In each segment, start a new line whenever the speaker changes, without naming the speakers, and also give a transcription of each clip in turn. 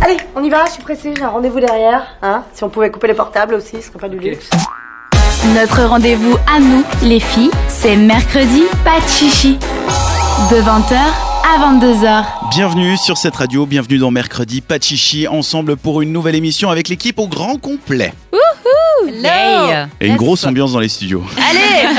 Allez, on y va, je suis pressée, j'ai un rendez-vous derrière. Hein si on pouvait couper les portables aussi, ce serait pas du luxe.
Notre rendez-vous à nous, les filles, c'est mercredi, pas de chichi. De 20h à 22h.
Bienvenue sur cette radio, bienvenue dans Mercredi, pas de chichi, ensemble pour une nouvelle émission avec l'équipe au grand complet.
Hello
Et une grosse ambiance dans les studios.
Allez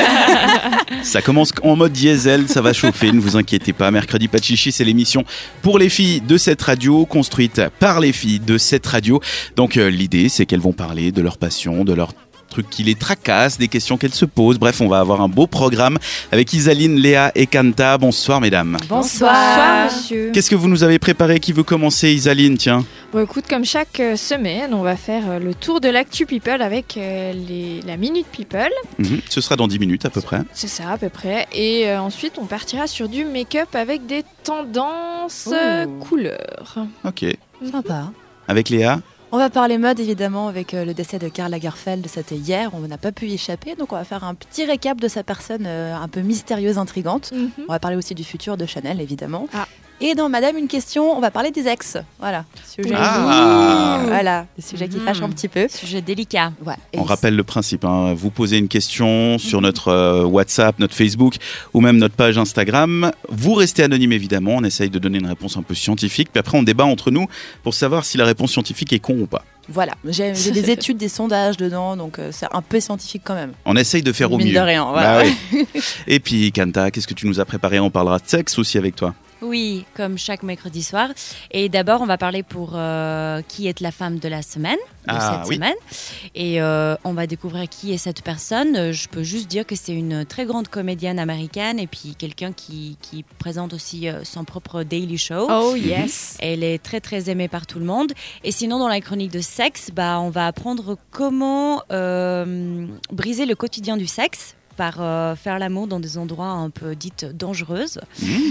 Ça commence en mode diesel, ça va chauffer, ne vous inquiétez pas. Mercredi Pas de Chichi, c'est l'émission pour les filles de cette radio, construite par les filles de cette radio. Donc euh, l'idée, c'est qu'elles vont parler de leur passion, de leur trucs qui les tracassent, des questions qu'elles se posent. Bref, on va avoir un beau programme avec Isaline, Léa et Kanta. Bonsoir mesdames.
Bonsoir.
monsieur.
Qu'est-ce que vous nous avez préparé Qui veut commencer Isaline, tiens
Bon, écoute, comme chaque euh, semaine, on va faire euh, le tour de l'actu People avec euh, les, la Minute People.
Mhm, Ce sera dans 10 minutes à peu près.
C'est ça, à peu près. Et euh, ensuite, on partira sur du make-up avec des tendances
Oh.
euh, couleurs.
Ok.
Sympa.
Avec Léa
On va parler mode évidemment avec euh, le décès de Karl Lagerfeld, c'était hier, on n'a pas pu y échapper, donc on va faire un petit récap de sa personne euh, un peu mystérieuse, intrigante. On va parler aussi du futur de Chanel évidemment.
Ah.
Et dans Madame une question, on va parler des ex. Voilà, sujet,
Ah.
voilà, le sujet qui fâche un petit peu.
Sujet délicat.
Voilà. Et Mhm.
On rappelle le principe, hein. vous posez une question sur notre euh, WhatsApp, notre Facebook ou même notre page Instagram. Vous restez anonyme évidemment, on essaye de donner une réponse un peu scientifique, puis après on débat entre nous pour savoir si la réponse scientifique est con ou pas.
Voilà, j'ai j'ai des études, des sondages dedans, donc euh, c'est un peu scientifique quand même.
On essaye de faire au
Mine
mieux.
de rien, voilà.
Bah oui. Et puis Kanta, qu'est-ce que tu nous as préparé On parlera de sexe aussi avec toi.
Oui, comme chaque mercredi soir. Et d'abord, on va parler pour euh, qui est la femme de la semaine, de
Ah,
cette
oui.
semaine. Et euh, on va découvrir qui est cette personne. Euh, Je peux juste dire que c'est une très grande comédienne américaine et puis quelqu'un qui, qui présente aussi euh, son propre Daily Show.
Oh
Mhm.
yes
Elle est très très aimée par tout le monde. Et sinon, dans la chronique de sexe, bah, on va apprendre comment euh, briser le quotidien du sexe par euh, faire l'amour dans des endroits un peu dites dangereuses.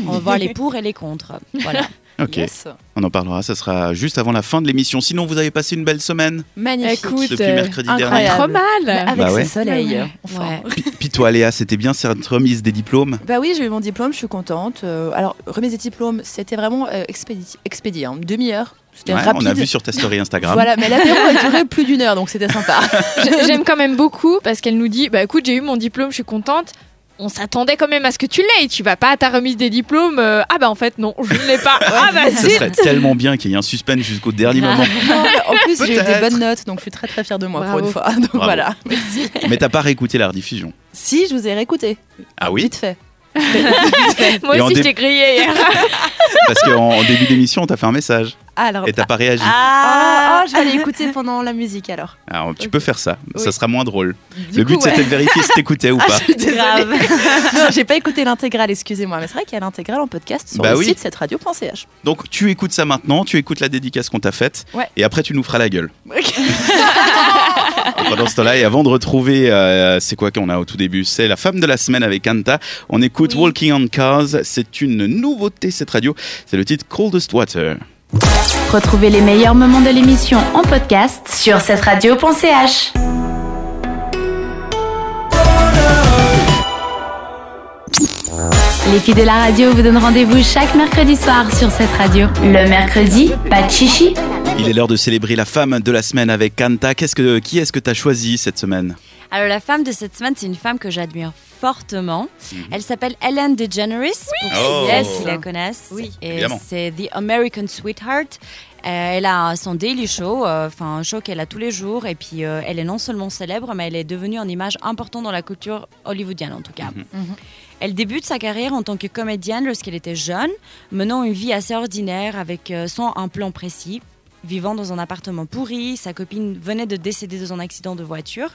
On va voir les pour et les contre. Voilà.
Ok,
Yes.
on en parlera, ça sera juste avant la fin de l'émission. Sinon, vous avez passé une belle semaine
Magnifique.
Écoute,
Depuis
euh,
mercredi
incroyable.
dernier.
Trop mal
Avec
Bah
ce
ouais.
soleil,
Ouais.
enfin.
Ouais.
Puis- Puis toi Léa, c'était bien cette remise des diplômes
Bah oui, j'ai eu mon diplôme, je suis contente. Euh, alors, remise des diplômes, c'était vraiment euh, expédi- expédié, hein. demi-heure. C'était
Ouais,
rapide.
On a vu sur ta story Instagram.
Voilà, mais l'apéro a duré plus d'une heure, donc c'était sympa.
J'ai- J'aime quand même beaucoup parce qu'elle nous dit Bah écoute, j'ai eu mon diplôme, je suis contente. On s'attendait quand même à ce que tu l'aies. Tu vas pas à ta remise des diplômes. euh, ah bah en fait, non, je ne l'ai pas. ah bah
Ce
zut
serait tellement bien qu'il y ait un suspense jusqu'au dernier moment.
Non, mais en plus, j'ai eu des
Peut-être.
bonnes notes, donc je suis très très fière de moi pour
Bravo.
une fois. Donc
Bravo.
voilà.
Mais t'as pas réécouté la rediffusion.
Si, je vous ai réécouté.
Ah oui
Vite fait.
Moi
Et en
aussi,
dé-
je t'ai grillé hier.
Parce qu'en en début d'émission, on t'a fait un message
Ah, alors.
et t'as pas réagi.
Ah, ah, je vais aller écouter pendant la musique alors.
Alors, Ah, tu peux faire ça, ça
Oui.
sera moins drôle.
Du
Le but
coup, ouais.
c'était de vérifier si t'écoutais ou
Ah,
pas.
je suis désolée.
Grave.
Non, j'ai pas écouté l'intégrale, excusez-moi. Mais c'est vrai qu'il y a l'intégrale en podcast sur
Bah
le
oui.
site cette radio.ch.
Donc tu écoutes ça maintenant, tu écoutes la dédicace qu'on t'a faite
Ouais.
et après tu nous feras la gueule. Et pendant ce temps-là, et avant de retrouver, euh, c'est quoi qu'on a au tout début C'est la femme de la semaine avec Anta. On écoute Walking on Cars, c'est une nouveauté cette radio. C'est le titre Coldest Water.
Retrouvez les meilleurs moments de l'émission en podcast sur cette radio.ch. Les filles de la radio vous donnent rendez-vous chaque mercredi soir sur cette radio. Le mercredi, pas de chichi.
Il est l'heure de célébrer la femme de la semaine avec Anta. Qu'est-ce que, qui est-ce que t'as choisi cette semaine
Alors, la femme de cette semaine, c'est une femme que j'admire fortement. Elle s'appelle Ellen DeGeneres. Oui.
Oh.
qui la connaissent.
Oui.
Et
Évidemment.
c'est The American Sweetheart. Euh, elle a son daily show, euh, enfin un show qu'elle a tous les jours. Et puis, euh, elle est non seulement célèbre, mais elle est devenue une image importante dans la culture hollywoodienne, en tout cas.
Mhm.
Elle débute sa carrière en tant que comédienne lorsqu'elle était jeune, menant une vie assez ordinaire avec euh, sans un plan précis, vivant dans un appartement pourri. Sa copine venait de décéder dans un accident de voiture.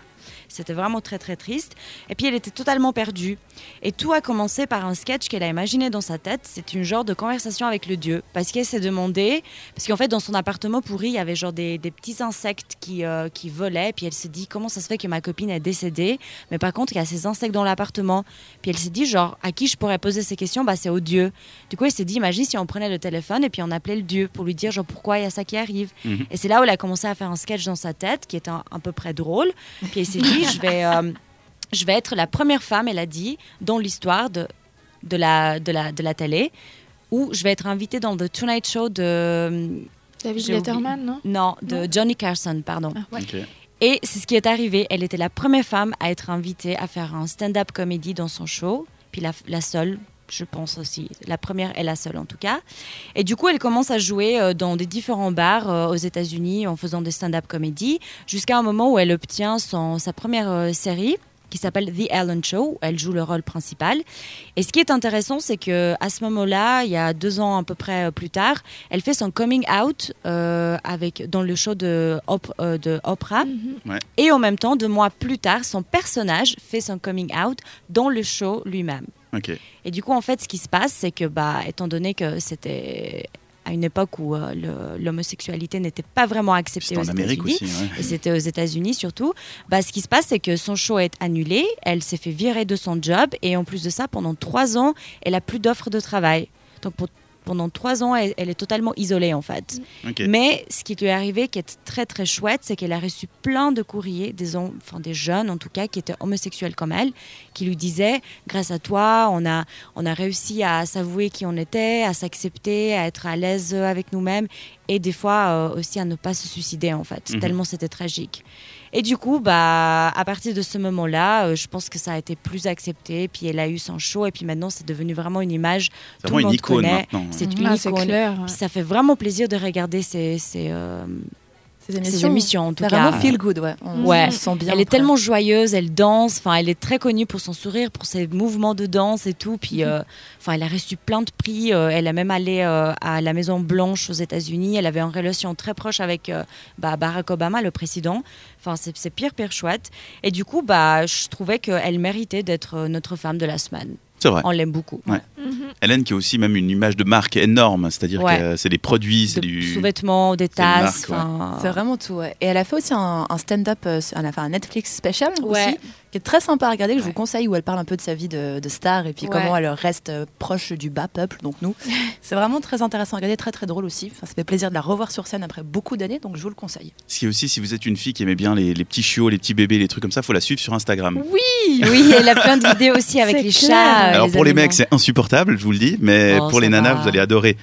C'était vraiment très très triste. Et puis elle était totalement perdue. Et tout a commencé par un sketch qu'elle a imaginé dans sa tête. C'est une genre de conversation avec le dieu. Parce qu'elle s'est demandé, parce qu'en fait dans son appartement pourri, il y avait genre des, des petits insectes qui, euh, qui volaient. Puis elle s'est dit, comment ça se fait que ma copine est décédée Mais par contre, il y a ces insectes dans l'appartement. Puis elle s'est dit, genre, à qui je pourrais poser ces questions Bah c'est au dieu. Du coup, elle s'est dit, imagine si on prenait le téléphone et puis on appelait le dieu pour lui dire, genre, pourquoi il y a ça qui arrive.
Mhm.
Et c'est là où elle a commencé à faire un sketch dans sa tête qui était un, un peu près drôle. Puis elle s'est dit, je vais, euh, je vais être la première femme, elle a dit, dans l'histoire de, de, la, de, la, de la télé, où je vais être invitée dans The Tonight Show de euh,
David
J'ai oublié.
Letterman, non
Non, de
Non.
Johnny Carson, pardon.
Ah, ouais.
Ok.
Et c'est ce qui est arrivé. Elle était la première femme à être invitée à faire un stand-up comédie dans son show. Puis la, la seule, je pense aussi. La première et la seule en tout cas. Et du coup, elle commence à jouer euh, dans des différents bars euh, aux États-Unis en faisant des stand-up comédies jusqu'à un moment où elle obtient son, sa première euh, série qui s'appelle The Ellen Show. où Elle joue le rôle principal. Et ce qui est intéressant, c'est que à ce moment-là, il y a deux ans à peu près euh, plus tard, elle fait son coming out euh, avec dans le show de, Op- euh, de Oprah.
Mhm.
Et en même temps, deux mois plus tard, son personnage fait son coming out dans le show lui-même.
Ok.
Et du coup, en fait, ce qui se passe, c'est que, bah, étant donné que c'était à une époque où euh, le- l'homosexualité n'était pas vraiment acceptée
C'est
aux
en Amérique
États-Unis,
aussi. ouais.
et c'était aux États-Unis surtout, bah, ce qui se passe, c'est que son show est annulé, elle s'est fait virer de son job, et en plus de ça, pendant trois ans, elle a plus d'offres de travail. Donc pour- pendant trois ans, elle, elle est totalement isolée, en fait.
Mm. Ok.
Mais ce qui lui est arrivé, qui est très très chouette, c'est qu'elle a reçu plein de courriers, des, hom- enfin, des jeunes en tout cas, qui étaient homosexuels comme elle, qui lui disaient, grâce à toi, on a, on a réussi à s'avouer qui on était, à s'accepter, à être à l'aise avec nous-mêmes, et des fois euh, aussi à ne pas se suicider en fait,
Mhm.
tellement c'était tragique. Et du coup, bah, à partir de ce moment-là, euh, je pense que ça a été plus accepté, puis elle a eu son show, et puis maintenant c'est devenu vraiment une image,
C'est
tout
vraiment
le
une
monde
icône hein.
connaît,
maintenant. ouais.
c'est une
Ah, c'est
icône.
clair.
Puis ça fait vraiment plaisir de regarder ces, ces, euh,
Ces
ces
émissions.
émissions en tout
C'est
cas.
vraiment feel good, ouais. On
Ouais.
se sent bien.
Elle est
après.
tellement joyeuse, elle danse, enfin elle est très connue pour son sourire, pour ses mouvements de danse et tout. Puis, euh, enfin elle a reçu plein de prix. euh, elle a même allé euh, à la Maison Blanche aux États-Unis. Elle avait une relation très proche avec euh, bah, Barack Obama, le président. Enfin c'est c'est pire pire chouette. Et du coup bah je trouvais qu'elle méritait d'être euh, notre femme de la semaine.
C'est vrai.
On l'aime beaucoup.
Ouais. Hélène qui a aussi même une image de marque énorme, c'est-à-dire
Ouais.
que euh, c'est des produits, c'est
Des
du.
Sous-vêtements, des
c'est une marque,
tasses.
ouais.
enfin,
C'est vraiment tout, ouais. Et elle a fait aussi un, un stand-up, euh, elle a fait un Netflix special
Ouais.
aussi, qui est très sympa à regarder, que je
Ouais.
vous conseille, où elle parle un peu de sa vie de, de star et puis
Ouais.
comment elle reste euh, proche du bas peuple, donc nous. C'est vraiment très intéressant à regarder, très très drôle aussi. Enfin, ça fait plaisir de la revoir sur scène après beaucoup d'années, donc je vous le conseille.
Si aussi, si vous êtes une fille qui aimait bien les, les petits chiots, les petits bébés, les trucs comme ça, faut la suivre sur Instagram.
Oui, elle a plein de vidéos aussi avec
C'est
les
clair.
chats. euh,
Alors pour les
animaux.
mecs, c'est insupportable, je vous le dis, mais
Oh,
pour les
ça
nanas,
va.
vous allez adorer.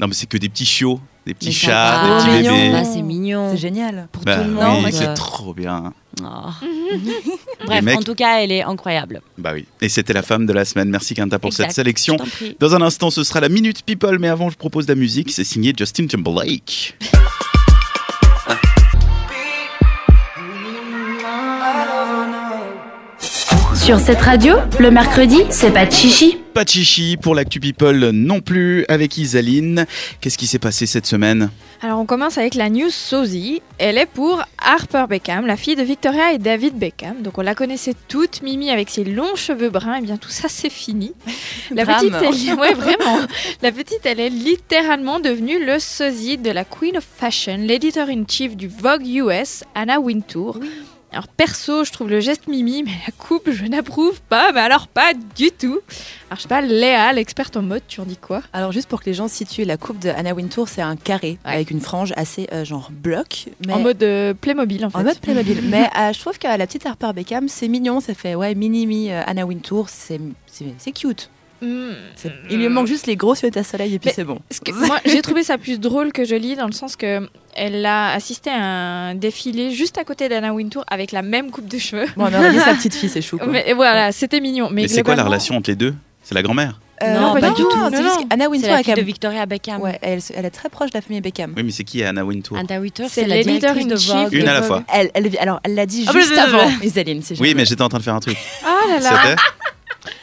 Non, mais c'est que des petits chiots, des petits
Mais ça
chats,
va,
des petits
mignon.
bébés.
Ah, c'est mignon.
C'est génial.
Pour
Bah
tout le
oui,
monde.
c'est trop bien.
Ah.
Les
Bref,
mecs-
en tout cas, elle est incroyable.
Bah oui. Et c'était la femme de la semaine. Merci Quinta pour
Exact.
cette sélection.
Je t'en prie.
Dans un instant, ce sera la Minute People, mais avant, je propose de la musique. C'est signé Justin Timberlake.
Sur cette radio, le mercredi, c'est pas de chichi.
Pas de chichi pour l'actu People non plus avec Isaline. Qu'est-ce qui s'est passé cette semaine
Alors on commence avec la news sosie. Elle est pour Harper Beckham, la fille de Victoria et David Beckham. Donc on la connaissait toute, Mimi avec ses longs cheveux bruns. Et bien tout ça c'est fini. La
Drame.
petite, elle, est- ouais, vraiment. La petite, elle est littéralement devenue le sosie de la Queen of Fashion, l'éditeur in chief du Vogue US, Anna Wintour. Alors perso, je trouve le geste mimi, mais la coupe, je n'approuve pas, mais alors pas du tout. Alors je sais pas, Léa, l'experte en mode, tu en dis quoi
Alors juste pour que les gens se situent, la coupe de Anna Wintour, c'est un carré
Ouais.
avec une frange assez euh, genre bloc, mais
En mode euh, Playmobil en fait.
En mode Playmobil. Mais euh, je trouve que la petite Harper Beckham, c'est mignon, ça fait ouais, mini-mi euh, Anna Wintour, c'est c'est- c'est cute.
Hmm.
C'est- Il lui manque juste les gros yeux à soleil et puis
Mais-
c'est bon.
Parce que moi, j'ai trouvé ça plus drôle que jolie dans le sens que elle a assisté à un défilé juste à côté d'Anna Wintour avec la même coupe de cheveux.
Bon, on aurait dit sa petite fille, c'est chou. quoi.
Mais voilà, c'était mignon. Mais,
Mais c'est quoi la
globalement-
relation entre les deux C'est la grand-mère
Euh,
Non, pas du tout.
Non,
C'est juste
non.
qu'Anna
C'est
Wintour
la
est
fille
quand
de
même.
Victoria Beckham.
Ouais, elle, elle est très proche de la famille Beckham.
Oui, mais c'est qui Anna Wintour
Anna Wintour,
C'est
c'est la
les leader
directrice
in
de
chief.
Vogue.
Une à la
Vogue.
fois.
Elle, elle- alors, elle l'a dit
Ah,
juste
blablabla.
avant, Isaline, si
Oui,
jamais.
mais j'étais en train de faire un truc.
Oh là là.
C'était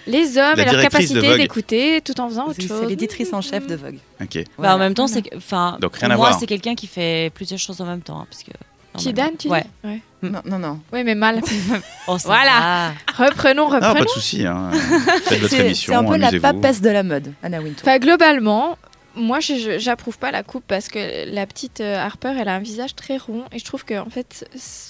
Les hommes
La
et leur
directrice de
capacité
Vogue.
d'écouter tout en faisant autre
C'est-
chose.
C'est l'éditrice en chef de Vogue.
Ok.
Bah, en
Voilà.
même temps, c'est que- enfin,
Donc,
pour
rien à
moi,
voir.
c'est quelqu'un qui fait plusieurs choses en même temps, hein, parce que. normalement-
Kidane, tu dis
Ouais.
ouais.
Non, non, non.
Ouais, mais mal.
Oh, ça
Voilà.
va.
reprenons,
Ah, pas
reprenons.
de souci. hein. Faites votre
C'est
émission.
c'est un peu la
amusez-vous.
papesse de la mode, Anna Wintour.
Enfin, globalement, moi, je- je- j'approuve pas la coupe parce que la petite euh, Harper, elle a un visage très rond et je trouve que en fait, c'est-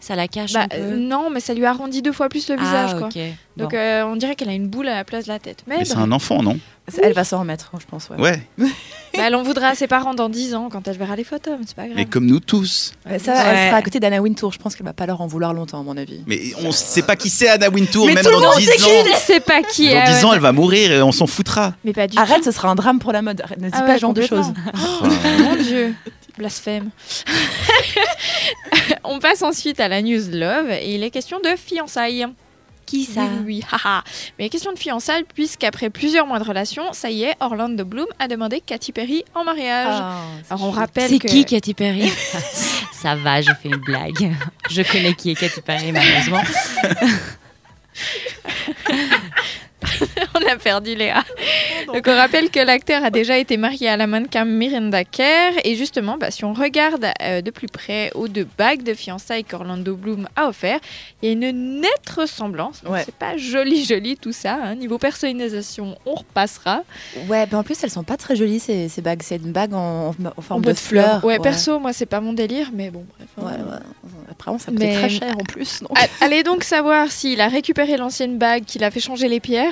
Ça la cache
bah,
un peu.
euh, non, mais ça lui arrondit deux fois plus le visage,
ah,
quoi.
ok. Bon.
Donc euh, on dirait qu'elle a une boule à la place de la tête. Mais,
Mais c'est
bref.
un enfant, non
Elle va s'en remettre, hein, je pense. ouais.
Ouais.
Bah, elle en voudra à ses parents dans 10 ans quand elle verra les photos, mais c'est pas grave.
Mais comme nous tous.
Ouais, Ça, va,
Ouais.
elle sera à côté d'Anna Wintour. Je pense qu'elle va pas leur en vouloir longtemps, à mon avis.
Mais on sait pas qui c'est Anna Wintour,
Mais
même
tout le
dans
monde
10
sait qui
ans.
ne sait pas qui est.
Dans 10
ouais.
ans, elle va mourir et on s'en foutra.
Mais pas du
Arrête, ce sera un drame pour la mode. Arrête, ne dis
Ah
pas
ouais,
ce genre de
complètement.
choses.
Oh,
Dieu, blasphème. On passe ensuite à la news love et il est question de fiançailles.
Qui ça
Oui, oui, haha. Mais question de fiançailles, puisqu'après plusieurs mois de relation, ça y est, Orlando Bloom a demandé Katy Perry en
Ah,
mariage.
Ah,
Alors on rappelle
C'est
que...
qui Katy Perry Ça va, j'ai fait une blague. Je connais qui est Katy Perry, malheureusement.
On a perdu Léa. Donc on rappelle que l'acteur a déjà été marié à la mannequin Miranda Kerr. Et justement, bah, si on regarde euh, de plus près aux deux bagues de fiançailles qu'Orlando Bloom a offert, il y a une nette ressemblance. Donc
Ouais.
c'est pas joli joli tout ça. hein. Niveau personnalisation, on repassera.
Ouais, ben en plus, elles sont pas très jolies ces, ces bagues. C'est une bague en, en- en forme
En
de
mode
fleur.
Ouais, perso, moi c'est pas mon délire, mais bon bref. hein.
Ouais, ouais. Après, on, ça coûtait
Mais- Ah.
très cher en plus. donc.
A- Allez donc savoir s'il a récupéré l'ancienne bague, qu'il a fait changer les pierres.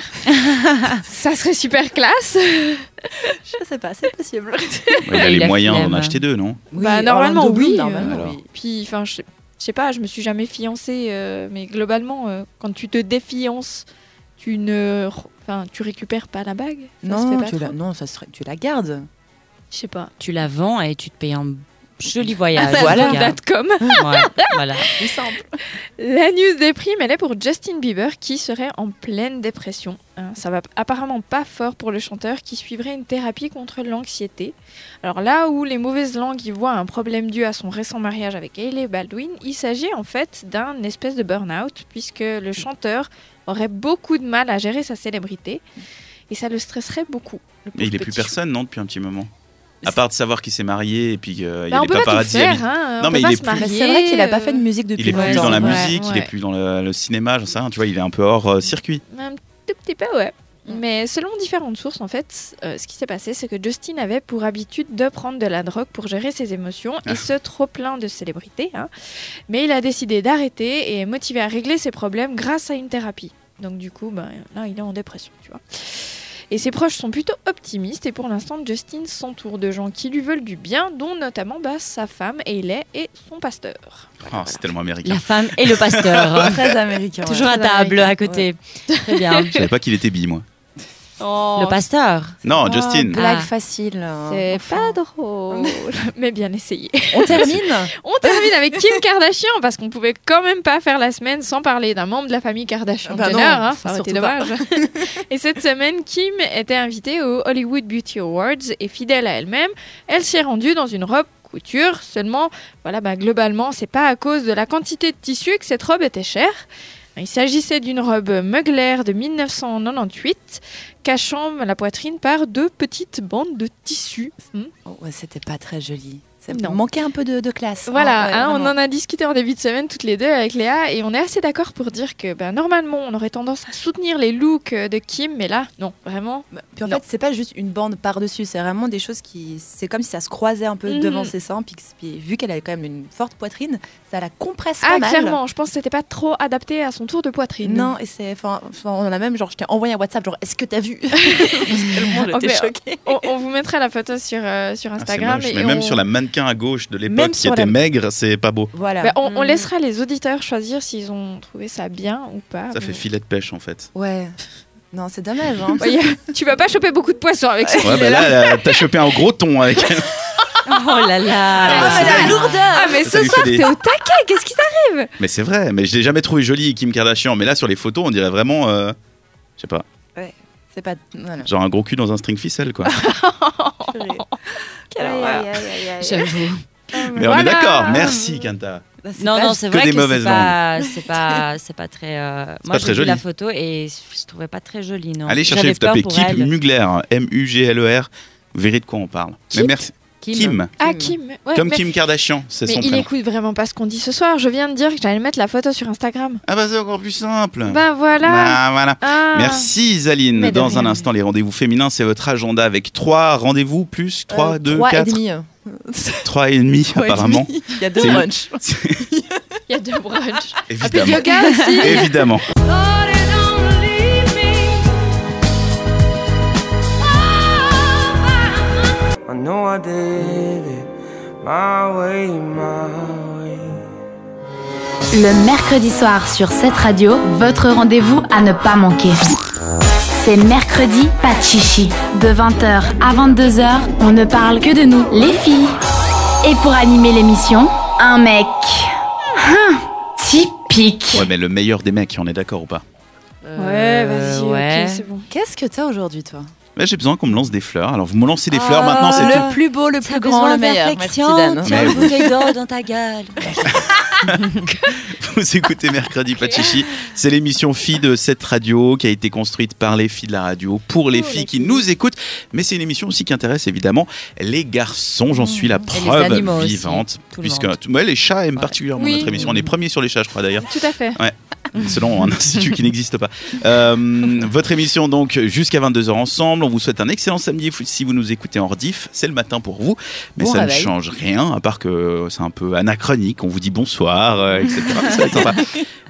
ça serait super classe.
Je sais pas, c'est possible.
Il a
Il
les
a
moyens d'en
flemme.
acheter deux, non
Bah, normalement,
Orlando Bloom,
oui, euh,
normalement,
Alors.
oui.
Puis, enfin, je sais- je sais pas, je me suis jamais fiancée, euh, mais globalement, euh, quand tu te défiances, tu ne, re- enfin, tu récupères pas la bague. Ça se fait
Non,
pas
tu
trop.
la, non ça serait- tu la gardes.
Je sais pas.
Tu la vends et tu te payes un joli
Ah,
voyage.
Ah, Voilà.
les gars.
Date comme.
Ouais, voilà.
Plus simple.
La news des primes, elle est pour Justin Bieber qui serait en pleine dépression. Hein, ça va apparemment pas fort pour le chanteur qui suivrait une thérapie contre l'anxiété. Alors là où les mauvaises langues y voient un problème dû à son récent mariage avec Hailey Baldwin, il s'agit en fait d'un espèce de burn-out puisque le chanteur aurait beaucoup de mal à gérer sa célébrité et ça le stresserait beaucoup. le
Mais il
pauvre
est plus
petit chou.
personne, non, depuis un petit moment À part de savoir qu'il s'est marié et puis qu'il y
Bah,
a
on
les
peut pas tout
paparazzi.
faire,
habités.
hein,
Non,
on
mais
peut pas
il est
se
plus-
marier. euh,
C'est vrai qu'il a pas fait de musique depuis
Il est plus
longtemps.
dans la
Ouais,
musique, il
ouais.
est plus dans le, le cinéma, j'en sais rien, tu vois, il est un peu hors euh, circuit.
Un tout petit peu, ouais. Mais selon différentes sources, en fait, euh, ce qui s'est passé, c'est que Justin avait pour habitude de prendre de la drogue pour gérer ses émotions et ce trop plein de célébrités. hein. Mais il a décidé d'arrêter et est motivé à régler ses problèmes grâce à une thérapie. Donc du coup, ben, là, il est en dépression, tu vois. Et ses proches sont plutôt optimistes et pour l'instant, Justin s'entoure de gens qui lui veulent du bien, dont notamment bah, sa femme, Hayley, et son pasteur.
Oh, c'est tellement américain.
La femme et le pasteur.
Très américain. ouais.
Toujours à
Très
table
américain,
à côté. Très bien.
Je savais pas qu'il était bi, moi.
Oh.
Le pasteur.
Non,
Oh,
Justin.
Blague
Ah.
facile.
C'est
Enfin.
pas drôle, mais bien essayé.
On termine
On termine avec Kim Kardashian parce qu'on pouvait quand même pas faire la semaine sans parler d'un membre de la famille Kardashian.
Ah bah non,
Jenner, hein, ça aurait été
surtout pas.
dommage. et cette semaine, Kim était invitée aux Hollywood Beauty Awards et fidèle à elle-même, elle s'y est rendue dans une robe couture. Seulement, voilà, bah, globalement, c'est pas à cause de la quantité de tissu que cette robe était chère. Il s'agissait d'une robe Mugler de 1998 cachant la poitrine par deux petites bandes de tissu. Hmm.
Oh, ouais, C'était pas très joli. Ça
Non.
manquait un peu de, de classe.
Voilà,
hein, ouais,
hein, on
vraiment.
en a discuté en début de semaine toutes les deux avec Léa et on est assez d'accord pour dire que ben, normalement on aurait tendance à soutenir les looks euh, de Kim, mais là, non, vraiment.
Bah, Puis en
Non.
fait, c'est pas juste une bande par-dessus, c'est vraiment des choses qui. C'est comme si ça se croisait un peu
Mhm.
devant ses seins. Puis, que- puis vu qu'elle avait quand même une forte poitrine, ça la compresse
Ah,
pas mal.
clairement, je pense que c'était pas trop adapté à son tour de poitrine.
Non, et c'est. Enfin, enfin, on en a même, genre, je t'ai envoyé un WhatsApp, genre, est-ce que t'as vu Tellement
Oh, mais-
j'étais choquée.
On, on vous mettra la photo sur, euh, sur
Ah, c'est
Instagram.
moche.
et
Mais même
on-
sur la mannequin à gauche de l'époque
Même
qui
sur
était
la-
maigre, c'est pas beau.
Voilà.
Ben, on, on
Mhm.
laissera les auditeurs choisir s'ils ont trouvé ça bien ou pas.
Ça
Ah, mais-
fait filet de pêche en fait.
Ouais. Non, c'est dommage. Hein.
Ouais, y a- tu vas pas choper beaucoup de poissons avec ça.
Ouais, bah là, là, t'as chopé un gros ton avec.
Oh là
Ah,
là.
mais la
Ah, mais
Ça
ce
lui fait
soir,
des-
t'es au taquet, qu'est-ce qui t'arrive
mais c'est vrai, mais je l'ai jamais trouvé jolie Kim Kardashian. Mais là, sur les photos, on dirait vraiment, euh, je sais pas,
C'est pas. Voilà.
genre un gros cul dans un string ficelle quoi.
Oh.
Quelle horreur.
J'avoue.
Mais on est
Voilà.
d'accord, merci Kanta.
Bah, c'est
Non,
pas-
non, c'est
que
vrai
des
que c'est
mauvaises
pas, c'est pas, c'est pas très. euh, Moi,
pas
j'ai
très
vu
joli.
la photo et je trouvais pas très jolie, non.
Allez chercher,
J'avais
vous tapez
peur pour
Kim
elle.
Mugler, M-U-G-L-E-R, vous E verrez de quoi on parle.
Kip
mais merci. Kim,
Ah, Kim. ouais,
comme
mais-
Kim Kardashian, c'est
Mais
son
il
prénom.
écoute vraiment pas ce qu'on dit ce soir. Je viens de dire que j'allais mettre la photo sur Instagram.
Ah bah c'est encore plus simple.
Ben voilà.
Bah, voilà.
Ah.
Merci Isaline.
Mais de
Dans un
rien.
instant, les rendez-vous féminins, c'est votre agenda avec trois rendez-vous plus
Euh,
3, 2,
trois et
4,
demi.
3 et demi
Trois et
apparemment.
demi. Il y a deux
C'est une-
brunchs.
Il y a deux brunchs. Ah, Puis
Évidemment.
yoga aussi.
Évidemment.
I know I did it my way, my way.
Le mercredi soir sur cette radio, votre rendez-vous à ne pas manquer. c'est mercredi, pas de chichi. De 20h à 22h, on ne parle que de nous, les filles. Et pour animer l'émission, un mec. Hum, typique.
Ouais, mais le meilleur des mecs, on est d'accord ou pas
Euh, Ouais, vas-y,
ouais.
ok, c'est bon.
Qu'est-ce que t'as aujourd'hui, toi
Là, Bah, j'ai besoin qu'on me lance des fleurs. Alors, vous me lancez des
Ah,
fleurs maintenant, c'est
Le plus beau, le plus grand, le meilleur. Merci, Dan. hein.
tiens,
Tiens,
Mais une
une
oui.
bouteille d'eau dans ta gueule.
Vous écoutez Mercredi Pas de Chichi. C'est l'émission fille de cette radio qui a été construite par les filles de la radio pour les filles qui nous écoutent. Mais c'est une émission aussi qui intéresse évidemment les garçons. J'en suis la preuve
Mmh. animaux aussi,
vivante.
tout le
puisque ouais, les chats aiment
Ouais.
particulièrement
Oui.
notre émission. On est premiers sur les chats, je crois d'ailleurs.
Tout à fait.
Mm. Selon un institut qui n'existe pas. Euh, votre émission, donc, jusqu'à 22h ensemble. On vous souhaite un excellent samedi. Si vous nous écoutez en rediff, c'est le matin pour vous. Mais
Bon
ça ne
réveil.
change rien, à part que c'est un peu anachronique. On vous dit bonsoir, euh, etc. ça va être sympa.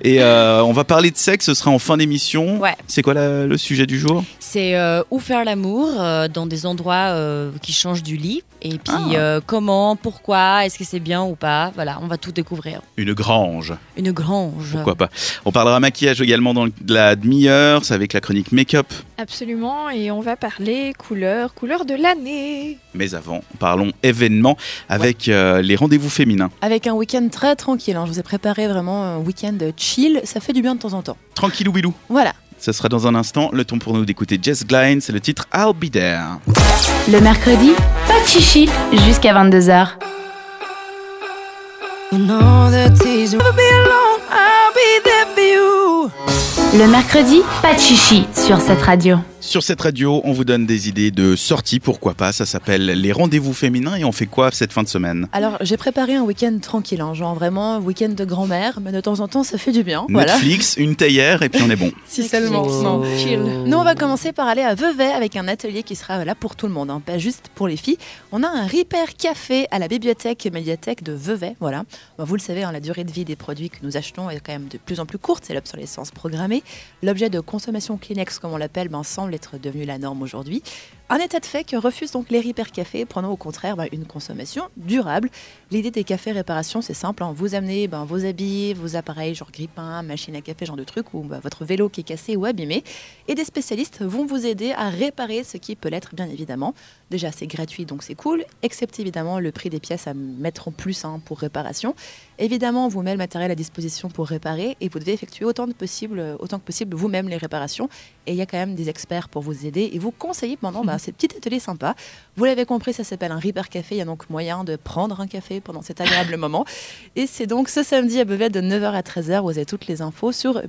Et euh, on va parler de sexe. Ce sera en fin d'émission.
Ouais.
C'est quoi la- le sujet du jour
C'est euh, où faire l'amour euh, dans des endroits euh, qui changent du lit. Et puis
Ah.
euh, comment, pourquoi, est-ce que c'est bien ou pas. Voilà, on va tout découvrir.
Une grange.
Une grange.
Pourquoi pas On parlera maquillage également dans le- la demi-heure. C'est avec la chronique make-up.
Absolument, et on va parler couleur, couleur de l'année.
Mais avant, parlons événements avec euh, les rendez-vous féminins.
Avec un week-end très tranquille. hein. Je vous ai préparé vraiment un week-end chill. Ça fait du bien de temps en temps.
Tranquille ou bilou
Voilà.
Ça sera dans un instant. Le temps pour nous d'écouter Jess Gline, c'est le titre I'll Be There.
Le mercredi, pas de chichi, jusqu'à 22h. Le mercredi, pas de chichi sur cette radio.
Sur cette radio, on vous donne des idées de sorties, pourquoi pas. Ça s'appelle Les Rendez-vous Féminins et on fait quoi cette fin de semaine
Alors, j'ai préparé un week-end tranquille. hein. Genre vraiment week-end de grand-mère. Mais de temps en temps, ça fait du bien. Voilà.
Netflix, une théière et puis on est bon.
Si seulement.
Non, chill.
Nous, on va commencer par aller à Vevey avec un atelier qui sera là pour tout le monde, hein, pas juste pour les filles. On a un Repair Café à la bibliothèque et médiathèque de Vevey. Voilà. Bah, vous le savez, hein, la durée de vie des produits que nous achetons est quand même de plus en plus courte, c'est l'obsolescence programmée. L'objet de consommation Kleenex, comme on l'appelle, ben, semble être devenu la norme aujourd'hui. Un état de fait que refusent donc les Repair Café, prenant au contraire ben, une consommation durable. L'idée des cafés réparation, c'est simple. hein. Vous amenez ben, vos habits, vos appareils, genre grippin, machine à café, genre de truc, ou ben, votre vélo qui est cassé ou abîmé et des spécialistes vont vous aider à réparer ce qui peut l'être, bien évidemment. Déjà, c'est gratuit, donc c'est cool, excepté évidemment le prix des pièces à mettre en plus hein, pour réparation. Évidemment, on vous met le matériel à disposition pour réparer et vous devez effectuer autant, de possible, euh, autant que possible vous-même les réparations. Et il y a quand même des experts pour vous aider et vous conseiller pendant bah, ces petits ateliers sympas. Vous l'avez compris, ça s'appelle un Repair Café. Il y a donc moyen de prendre un café pendant cet agréable moment. Et c'est donc ce samedi à Vevey de 9h à 13h. Vous avez toutes les infos sur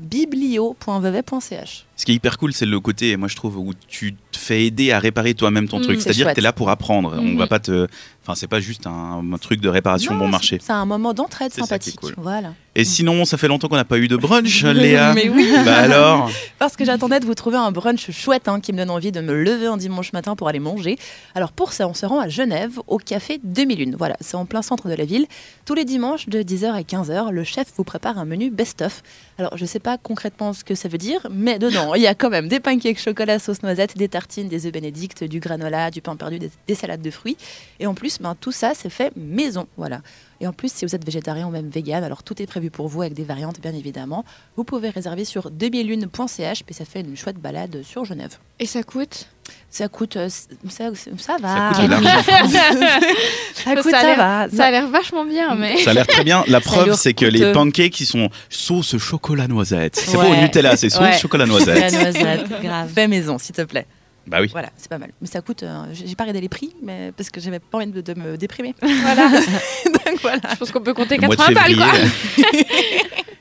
biblio.vevey.ch.
Ce qui est hyper cool, c'est le côté, moi je trouve, où tu te fais aider à réparer toi-même ton
Mmh,
truc.
Mm, c'est
C'est-à-dire que
chouette. Mm.
t'es là pour apprendre. On
Mmh.
va pas te. Enfin, c'est pas juste un, un truc de réparation
Non,
bon
c'est-
marché.
C'est un moment d'entraide
C'est ça qui est
sympathique.
cool.
Voilà.
Et sinon, ça fait longtemps qu'on n'a pas eu de brunch, Léa.
Mais oui.
Bah alors
Parce que j'attendais de vous trouver un brunch chouette hein, qui me donne envie de me lever un dimanche matin pour aller manger. Alors pour ça, on se rend à Genève au café 2001. Voilà, c'est en plein centre de la ville. Tous les dimanches de 10h à 15h, le chef vous prépare un menu best-of. Alors je sais pas concrètement ce que ça veut dire, mais dedans, il y a quand même des pancakes chocolat sauce noisette, des tartines, des œufs bénédicts, du granola, du pain perdu, des, des salades de fruits. Et en plus, ben, tout ça, c'est fait maison. Voilà. Et en plus, si vous êtes végétarien ou même vegan, alors tout est prévu pour vous avec des variantes, bien évidemment. Vous pouvez réserver sur 2001.ch, puis ça fait une chouette balade sur Genève.
Et ça coûte
Ça coûte. euh, c- ça, ça va.
Ça coûte de l'argent.
Ça coûte,
Ça a
ça
l'air-
va.
Ça a l'air vachement bien, mais.
Ça a l'air très bien. La preuve,
leur
c'est que
coûte,
les
euh,
pancakes, ils sont sauce chocolat noisette. C'est pas
Ouais.
au Nutella, c'est sauce
Ouais.
chocolat noisette.
La noisette, grave.
Fais maison, s'il te plaît.
Bah oui.
Voilà, c'est pas mal. Mais ça coûte. euh, j'ai j'ai pas regardé les prix, mais parce que j'avais pas envie de, de me déprimer.
Voilà.
Donc voilà.
Je pense qu'on peut compter
Le mois de
80 balles, quoi.
février.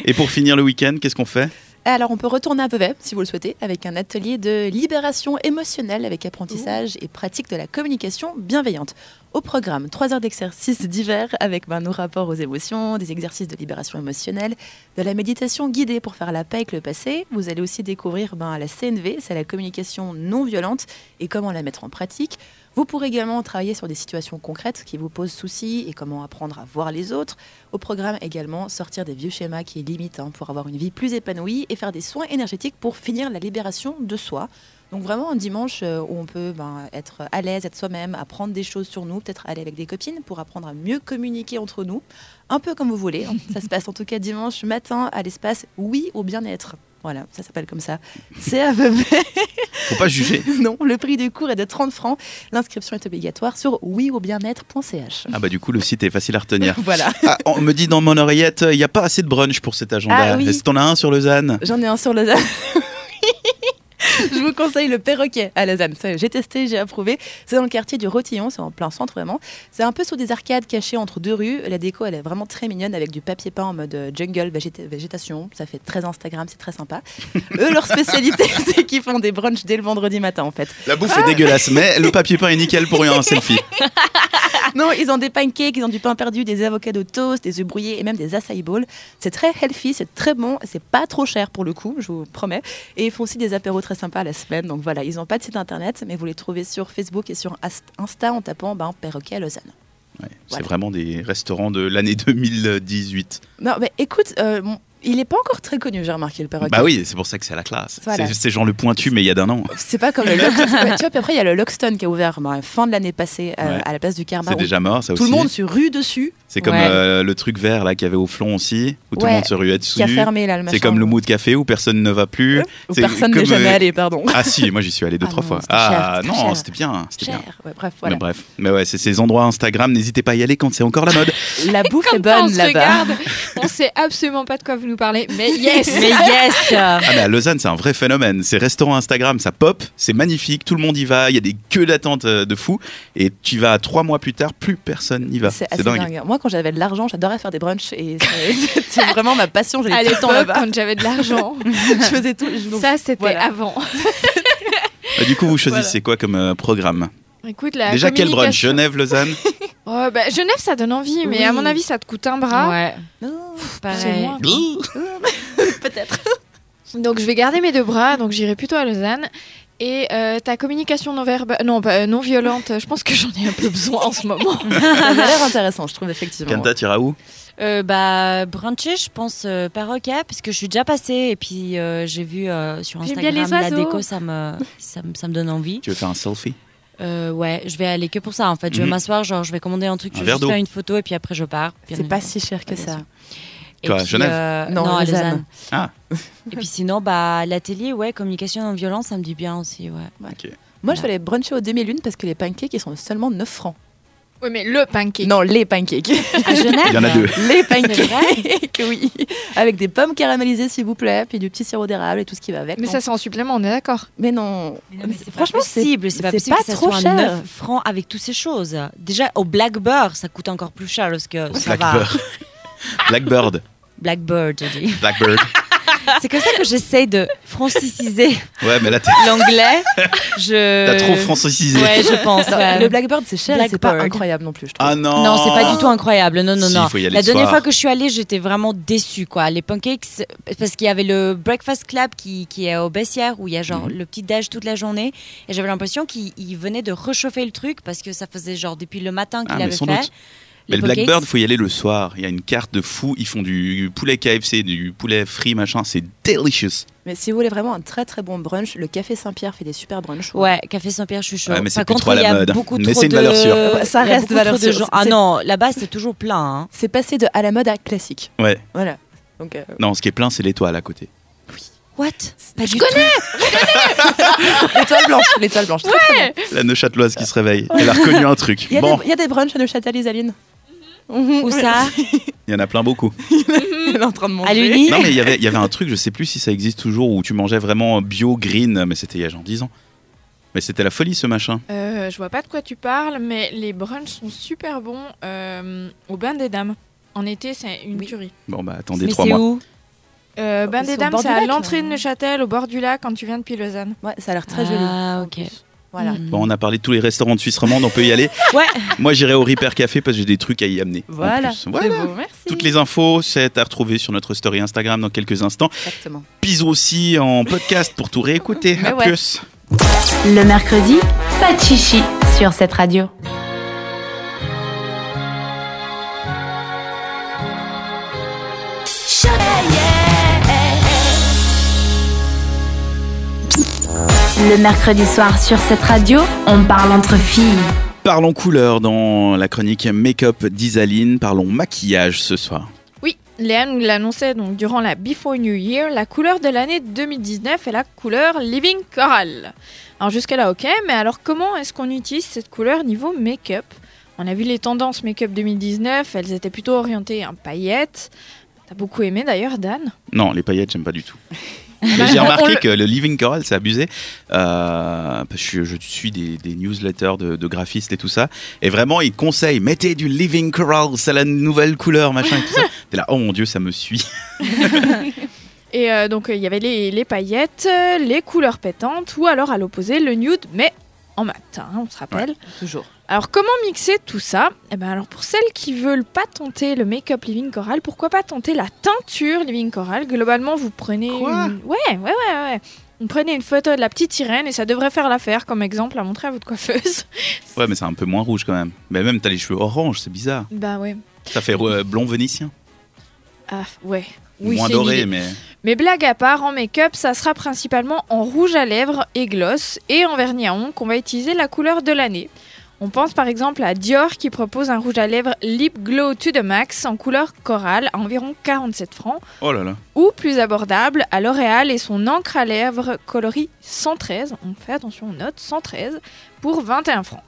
Et pour finir le week-end, qu'est-ce qu'on fait
Alors, on peut retourner à Vevey, si vous le souhaitez, avec un atelier de libération émotionnelle avec apprentissage et pratique de la communication bienveillante. Au programme, trois heures d'exercices divers avec ben, nos rapports aux émotions, des exercices de libération émotionnelle, de la méditation guidée pour faire la paix avec le passé. Vous allez aussi découvrir ben, la CNV, c'est la communication non violente et comment la mettre en pratique. Vous pourrez également travailler sur des situations concrètes qui vous posent souci et comment apprendre à voir les autres. Au programme également, sortir des vieux schémas qui limitent hein, pour avoir une vie plus épanouie et faire des soins énergétiques pour finir la libération de soi. Donc vraiment un dimanche euh, où on peut ben, être à l'aise, être soi-même, apprendre des choses sur nous, peut-être aller avec des copines pour apprendre à mieux communiquer entre nous, un peu comme vous voulez. hein. Ça se passe en tout cas dimanche matin à l'espace Oui au bien-être. Voilà, ça s'appelle comme ça. C'est à peu près.
Faut pas juger.
non, le prix du cours est de 30 francs. L'inscription est obligatoire sur ouiaubienêtre.ch.
Ah bah du coup, le site est facile à retenir.
Voilà.
Ah, on me dit dans mon oreillette, il n'y a pas assez de brunch pour cet agenda.
Ah oui.
Est-ce que t'en as un sur Lausanne
J'en ai un sur Lausanne. Je vous conseille le perroquet à Lausanne. Ça, J'ai testé, j'ai approuvé. C'est dans le quartier du Rotillon, c'est en plein centre vraiment. C'est un peu sous des arcades cachées entre deux rues. La déco, elle est vraiment très mignonne avec du papier peint en mode euh, jungle, végéta- végétation. Ça fait très Instagram, c'est très sympa. Eux, leur spécialité, c'est qu'ils font des brunchs dès le vendredi matin en fait.
La bouffe est dégueulasse, mais le papier peint est nickel pour rien, un selfie.
Non, ils ont des pancakes, ils ont du pain perdu, des avocats de toast, des œufs brouillés et même des acai bowls. C'est très healthy, c'est très bon, c'est pas trop cher pour le coup, je vous promets. Et ils font aussi des apéros très sympas à la semaine. Donc voilà, ils n'ont pas de site internet, mais vous les trouvez sur Facebook et sur Ast- Insta en tapant ben, perroquet à Lausanne.
Ouais, C'est
Voilà.
vraiment des restaurants de l'année 2018.
Non, mais écoute, euh, bon, il n'est pas encore très connu, j'ai remarqué le perroquet.
Bah oui, c'est pour ça que c'est à la classe.
Voilà.
C'est- C'est genre le pointu, mais il y a d'un an.
C'est pas comme le Loxton. tu vois, puis après, il y a le Loxton qui a ouvert ben, fin de l'année passée euh,
Ouais.
à la place du Karma.
C'est déjà mort, ça
Tout
aussi.
le monde se rue dessus,
C'est comme
Ouais.
euh, le truc vert là qu'il y avait au flon aussi, où tout le
Ouais,
monde se ruait
qui a
dessus.
fermé là le machin.
C'est comme le mou de café où personne ne va plus.
Où
c'est
personne
comme,
n'est jamais
euh,
allé, pardon.
Ah si, moi j'y suis allé deux
Ah
trois
non,
fois.
c'était cher,
Ah
c'était
non,
cher.
c'était bien, c'était bien.
Cher, ouais, bref, voilà.
Mais bref, mais ouais, c'est ces endroits Instagram. N'hésitez pas à y aller quand c'est encore la mode.
La bouffe est
Comme ça, on
bonne
se
là-bas.
regarde, on sait absolument pas de quoi vous nous parlez, mais yes
Mais yes
Ah mais à Lausanne, c'est un vrai phénomène. Ces restaurants Instagram, ça pop, c'est magnifique, tout le monde y va. Il y a des queues d'attente euh, de fou. Et tu y vas trois mois plus tard, plus personne n'y va.
C'est
C'est
assez
dingue.
dingue. Moi, quand j'avais de l'argent, j'adorais faire des brunchs et c'est- c'était vraiment ma passion.
À
J'allais tout le temps
l'époque,
là-bas.
quand j'avais de l'argent,
Je faisais tout. je- donc,
ça c'était
voilà.
avant.
Bah, du coup, vous choisissez quoi comme euh, programme
Écoute, la
Déjà quel brunch
communication-
Genève, Lausanne.
Oh, bah, Genève, ça donne envie, mais
Oui.
à mon avis, ça te coûte un bras.
Ouais,
Oh,
Ah. C'est
pareil.
loin.
Ouh.
Peut-être.
Donc je vais garder mes deux bras, donc j'irai plutôt à Lausanne. Et euh, ta communication non verba- non, bah, euh, non violente, je pense que j'en ai un peu besoin en ce moment.
Ça a l'air intéressant, je trouve effectivement.
Kanta, t'iras où
Euh, bah, bruncher, je pense euh, perroquet, parce que je suis déjà passée et puis euh, j'ai vu euh, sur
J'aime
Instagram
bien les
la
oiseaux.
déco, ça me, ça, me, ça me donne envie.
Tu veux faire un selfie
Euh, ouais, je vais aller que pour ça en fait. Je vais
Mhm.
m'asseoir, genre je vais commander un truc,
Un
je vais
verre
juste
d'eau.
faire une photo et puis après je pars. Puis on
C'est
y
pas
va.
si cher que
Bien
ça.
sûr. Et
Quoi, à
puis,
Genève
euh,
Non,
à
Lausanne.
Lausanne.
Ah.
Et puis sinon, bah, l'atelier, ouais, communication non violence, ça me dit bien aussi, ouais.
Moi, je vais aller bruncher au demi-lune parce que les pancakes, ils sont seulement 9 francs.
oui, mais le pancake.
Non, les pancakes.
À Genève
Eh
Il y en a
ben.
deux.
les
C'est vrai
pancakes, oui. Avec des pommes caramélisées, s'il vous plaît, puis du petit sirop d'érable et tout ce qui va avec.
Mais ça, c'est en supplément, on est d'accord.
Mais non.
Franchement,
Franchement,
c'est possible, c'est pas possible que ça
trop
soit à
cher.
9 francs avec toutes ces choses. Déjà, au Blackbird, ça coûte encore plus cher parce que ça va.
Blackbird. Blackbird.
Blackbird, j'ai dit.
Blackbird.
C'est comme ça que j'essaye de franciciser
Ouais, mais là, t'es-
l'anglais. Je...
t'as trop francisé.
Euh, Ouais, je pense. ouais.
Le Blackbird, c'est cher et c'est pas
Blackbird.
incroyable non plus, je trouve.
Ah non
Non, c'est pas du tout incroyable. Non, non,
Si,
non.
faut y aller
La
le
dernière
soir.
fois que je suis allée, j'étais vraiment déçue, quoi. Les pancakes, parce qu'il y avait le Breakfast Club qui, qui est au Bessières, où il y a genre
Mhm.
le petit déj toute la journée. Et j'avais l'impression qu'ils ils venaient de réchauffer le truc parce que ça faisait genre depuis le matin
Ah,
qu'il
mais
avait
sans
fait.
doute. Mais le
pancakes,
Blackbird, faut y aller le soir. Il y a une carte de fou. Ils font du poulet KFC, du poulet frit, machin. C'est delicious.
Mais si vous voulez vraiment un très très bon brunch, le Café Saint-Pierre fait des super brunchs.
Ouais, Café Saint-Pierre, je suis chaud.
Ouais, mais c'est
Par
plus
contre,
trop à la
il y a
mode.
beaucoup
Mais
trop
c'est une
de-
valeur sûre.
Ah bah, ça
il y a
reste
beaucoup
valeur
trop de
sûre.
gens. Ah
C'est-
non, là-bas, c'est toujours plein. hein.
C'est passé de à la mode à classique.
Ouais.
Voilà. Donc, euh,
Non, ce qui est plein, c'est l'étoile à côté.
What Pas
Je
du tout.
l'étoile blanche, l'étoile blanche. très, très bon.
La Neuchâteloise qui se réveille. Elle a reconnu un truc.
Il y, a
Bon,
des, il y a des brunchs à Neuchâtel, Isaline.
Où ça
il y en a plein beaucoup.
Elle est en train de manger.
À l'Uni
Non, mais il y avait- il y avait un truc, je sais plus si ça existe toujours, où tu mangeais vraiment bio, green, mais c'était il y a genre 10 ans. Mais c'était la folie ce machin.
Euh, je vois pas de quoi tu parles, mais les brunchs sont super bons euh, au Bain des Dames. En été, c'est une
Oui.
tuerie.
Bon, bah attendez
Mais
trois
c'est
mois.
où
Euh, Bain
c'est
des
au
Dames,
bord
c'est
du
à
lac,
l'entrée de
là.
Neuchâtel, au bord du lac, quand tu viens depuis Lausanne.
Ouais, ça a l'air très joli.
Ah, ok.
Voilà.
Mm.
Mhm.
Bon, on a parlé de tous les restaurants de Suisse romande, on peut y aller.
Ouais.
Moi, j'irai au Repair Café parce que j'ai des trucs à y amener. en
Voilà.
plus. Voilà.
C'est beau, merci.
Toutes les infos, c'est à retrouver sur notre story Instagram dans quelques instants.
Exactement.
Puis aussi en podcast pour tout réécouter. À
Mais ouais.
plus.
Le mercredi, pas de chichi sur cette radio. Le mercredi soir sur cette radio, on parle entre filles.
Parlons couleur dans la chronique Make-up d'Isaline. Parlons maquillage ce soir.
Oui, Léa nous l'annonçait donc durant la Before New Year, la couleur de l'année 2019 est la couleur Living Coral. Alors jusqu'à là ok, mais alors comment est-ce qu'on utilise cette couleur niveau make-up On a vu les tendances make-up 2019, elles étaient plutôt orientées en paillettes. T'as beaucoup aimé d'ailleurs Dan
Non, les paillettes, j'aime pas du tout.
Ah bah,
Mais j'ai remarqué que le Living Coral, c'est abusé. Euh, parce que je, je suis des, des newsletters de, de graphistes et tout ça. Et vraiment, ils conseillent mettez du Living Coral, c'est la nouvelle couleur, machin et tout ça. T'es là, oh mon dieu, ça me suit.
Et euh, donc euh, il y avait les, les paillettes, euh, les couleurs pétantes ou alors à l'opposé le nude, mais en matin, on se rappelle.
Toujours.
Alors comment mixer tout ça Eh ben alors pour celles qui veulent pas tenter le make-up Living Coral, pourquoi pas tenter la teinture Living Coral Globalement, vous prenez
Quoi
une... ouais, ouais, ouais, ouais. Vous prenez une photo de la petite sirène et ça devrait faire l'affaire comme exemple à montrer à votre coiffeuse.
Ouais, mais c'est un peu moins rouge quand même. Mais même, t'as les cheveux orange, c'est bizarre.
bah ouais.
Ça fait euh, blond vénitien.
Ah ouais.
moins
c'est une idée.
doré, mais.
Mais blague à part, en make-up, ça sera principalement en rouge à lèvres et gloss et en vernis à ongles qu'on va utiliser la couleur de l'année. On pense par exemple à Dior qui propose un rouge à lèvres Lip Glow to the Max en couleur corale à environ 47 francs
Oh là là.
ou plus abordable à L'Oréal et son encre à lèvres coloris 113, on fait attention aux notes, 113 pour 21 francs.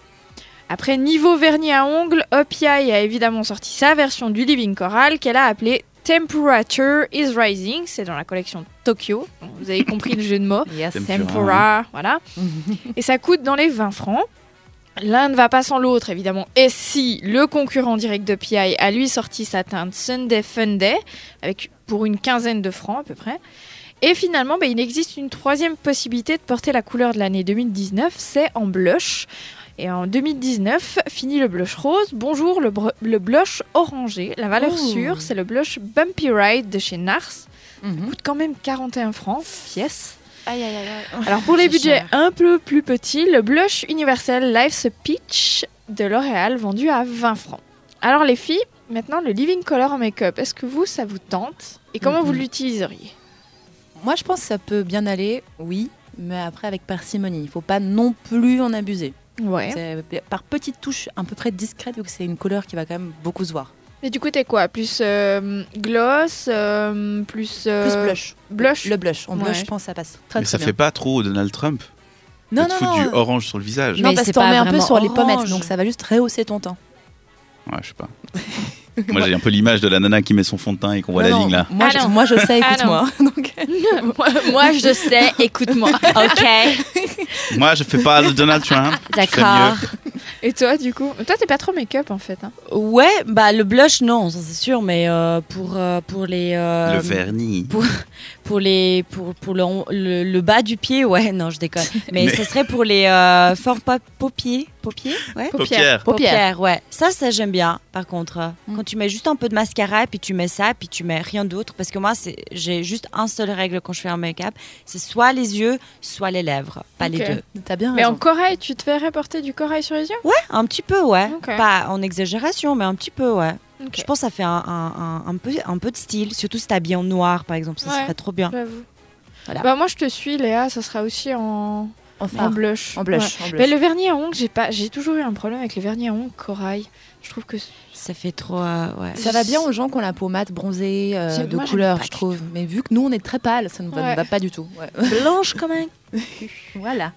Après niveau vernis à ongles, Opia a évidemment sorti sa version du Living Coral qu'elle a appelée Temperature is Rising, c'est dans la collection Tokyo, vous avez compris le jeu de mots.
Yes.
Tempura.
Tempura, voilà. et ça coûte dans les 20 francs. L'un ne va pas sans l'autre, évidemment. Et si le concurrent direct de PI a lui sorti sa teinte Sunday Fun Day, avec, pour une quinzaine de francs à peu près. Et finalement, ben, il existe une troisième possibilité de porter la couleur de l'année 2019, c'est en blush. Et en 2019, fini le blush rose, bonjour le, br- le blush orangé. La valeur sûre, c'est le blush Bumpy Ride de chez Nars.
Mhm.
Coûte quand même 41 francs, pièce.
Aïe, aïe, aïe. aïe.
Alors pour les
C'est
budgets
cher.
un peu plus petits, le blush universel Life's a Peach de L'Oréal vendu à 20 francs. Alors les filles, maintenant le Living Color en make-up, est-ce que vous ça vous tente et comment vous
Mhm.
l'utiliseriez
Moi, je pense que ça peut bien aller, oui, mais après avec parcimonie. Il faut pas non plus en abuser.
Ouais.
C'est euh, Par petites touches, à peu près discrètes, vu que c'est une couleur qui va quand même beaucoup se voir.
Mais du coup t'es quoi Plus euh, gloss, euh, plus, euh,
Plus blush.
blush
Le blush. En
Ouais.
blush, je pense que ça passe très,
mais
très
ça
bien.
fait pas trop Donald Trump.
Non,
de te
non, euh,
foutre
non.
du orange sur le visage.
Non,
Mais
parce
c'est
que t'en
pas
mets un peu
vraiment
sur les pommettes,
orange.
donc ça va juste rehausser ton teint.
Ouais, je sais pas. Moi, j'ai un peu l'image de la nana qui met son fond de teint et qu'on voit
Non,
la
non,
ligne là.
Moi,
Ah
je,
non.
moi, je sais,
Ah
écoute-moi. Donc,
moi, moi, je sais, écoute-moi.
Ok,
Moi, je fais pas le Donald Trump.
d'accord.
Et toi du coup Toi t'es pas trop make-up en fait. hein.
Ouais, bah le blush non, ça c'est sûr, mais euh, pour euh, pour les euh,
Le vernis.
pour les pour pour le, le, le bas du pied, ouais, non, je déconne. Mais,
Mais-
ce serait pour les euh, forts pa- paupiers, paupiers, ouais.
Paupières.
Paupières, ouais. Ça, ça j'aime bien. Par contre, euh,
Mm.
quand tu mets juste un peu de mascara, puis tu mets ça, puis tu mets rien d'autre, parce que moi, c'est j'ai juste un seul règle quand je fais un make-up, c'est soit les yeux, soit les lèvres, pas
Ok.
les deux.
t'as bien
Mais en
raison.
corail, tu te verrais porter du corail sur les yeux
Ouais, un petit peu, ouais.
Ok.
Pas en exagération, mais un petit peu, ouais.
Ok.
Je pense que ça fait un, un- un- un peu, un peu de style, surtout si t'habilles en noir, par exemple, ça
Ouais.
serait trop bien.
J'avoue.
Voilà.
Bah moi je te suis Léa, ça sera aussi en,
En
en
fard,
blush.
en
Ouais.
blush. en
Mais
blush.
le vernis à ongles, j'ai pas, j'ai toujours eu un problème avec le vernis à ongles corail. Je trouve que
Ça fait trop, euh, ouais.
Ça va bien aux gens qui ont la peau mate, bronzée, euh,
J'aime-
de
moi, j'aime
couleur,
pas
je
du
trouve. Mais vu que nous, on est très pâle, ça ne va,
Ouais.
va pas du tout. Ouais.
blanche comme un
voilà.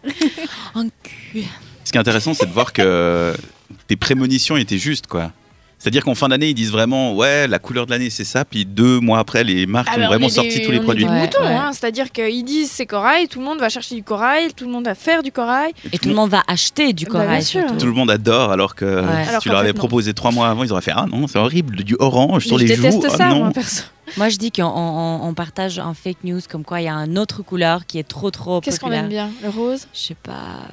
Ce qui est intéressant, c'est de voir que tes prémonitions étaient justes, quoi. C'est-à-dire qu'en fin d'année, ils disent vraiment, ouais, la couleur de l'année, c'est ça. Puis deux mois après, les
Ah,
marques ont vraiment sorti tous les produits.
Des
Ouais,
moutons,
ouais.
hein. c'est-à-dire qu'ils disent c'est corail, tout le monde va chercher du corail, tout le monde va faire du corail.
Et tout le monde va acheter du
Bah,
corail.
bien sûr.
surtout.
Tout le monde adore, alors que euh, si
Alors
tu
qu'en
leur avais
fait, non.
proposé trois mois avant, ils auraient fait Ah non, c'est horrible, du orange sur
Mais
les
je déteste
joues. ah
ça,
non.
moi perso.
Moi, je dis qu'on on- on partage un fake news comme quoi il y a une autre couleur qui est trop, trop
Qu'est-ce qu'on
populaire.
aime bien Le rose.
Je sais pas.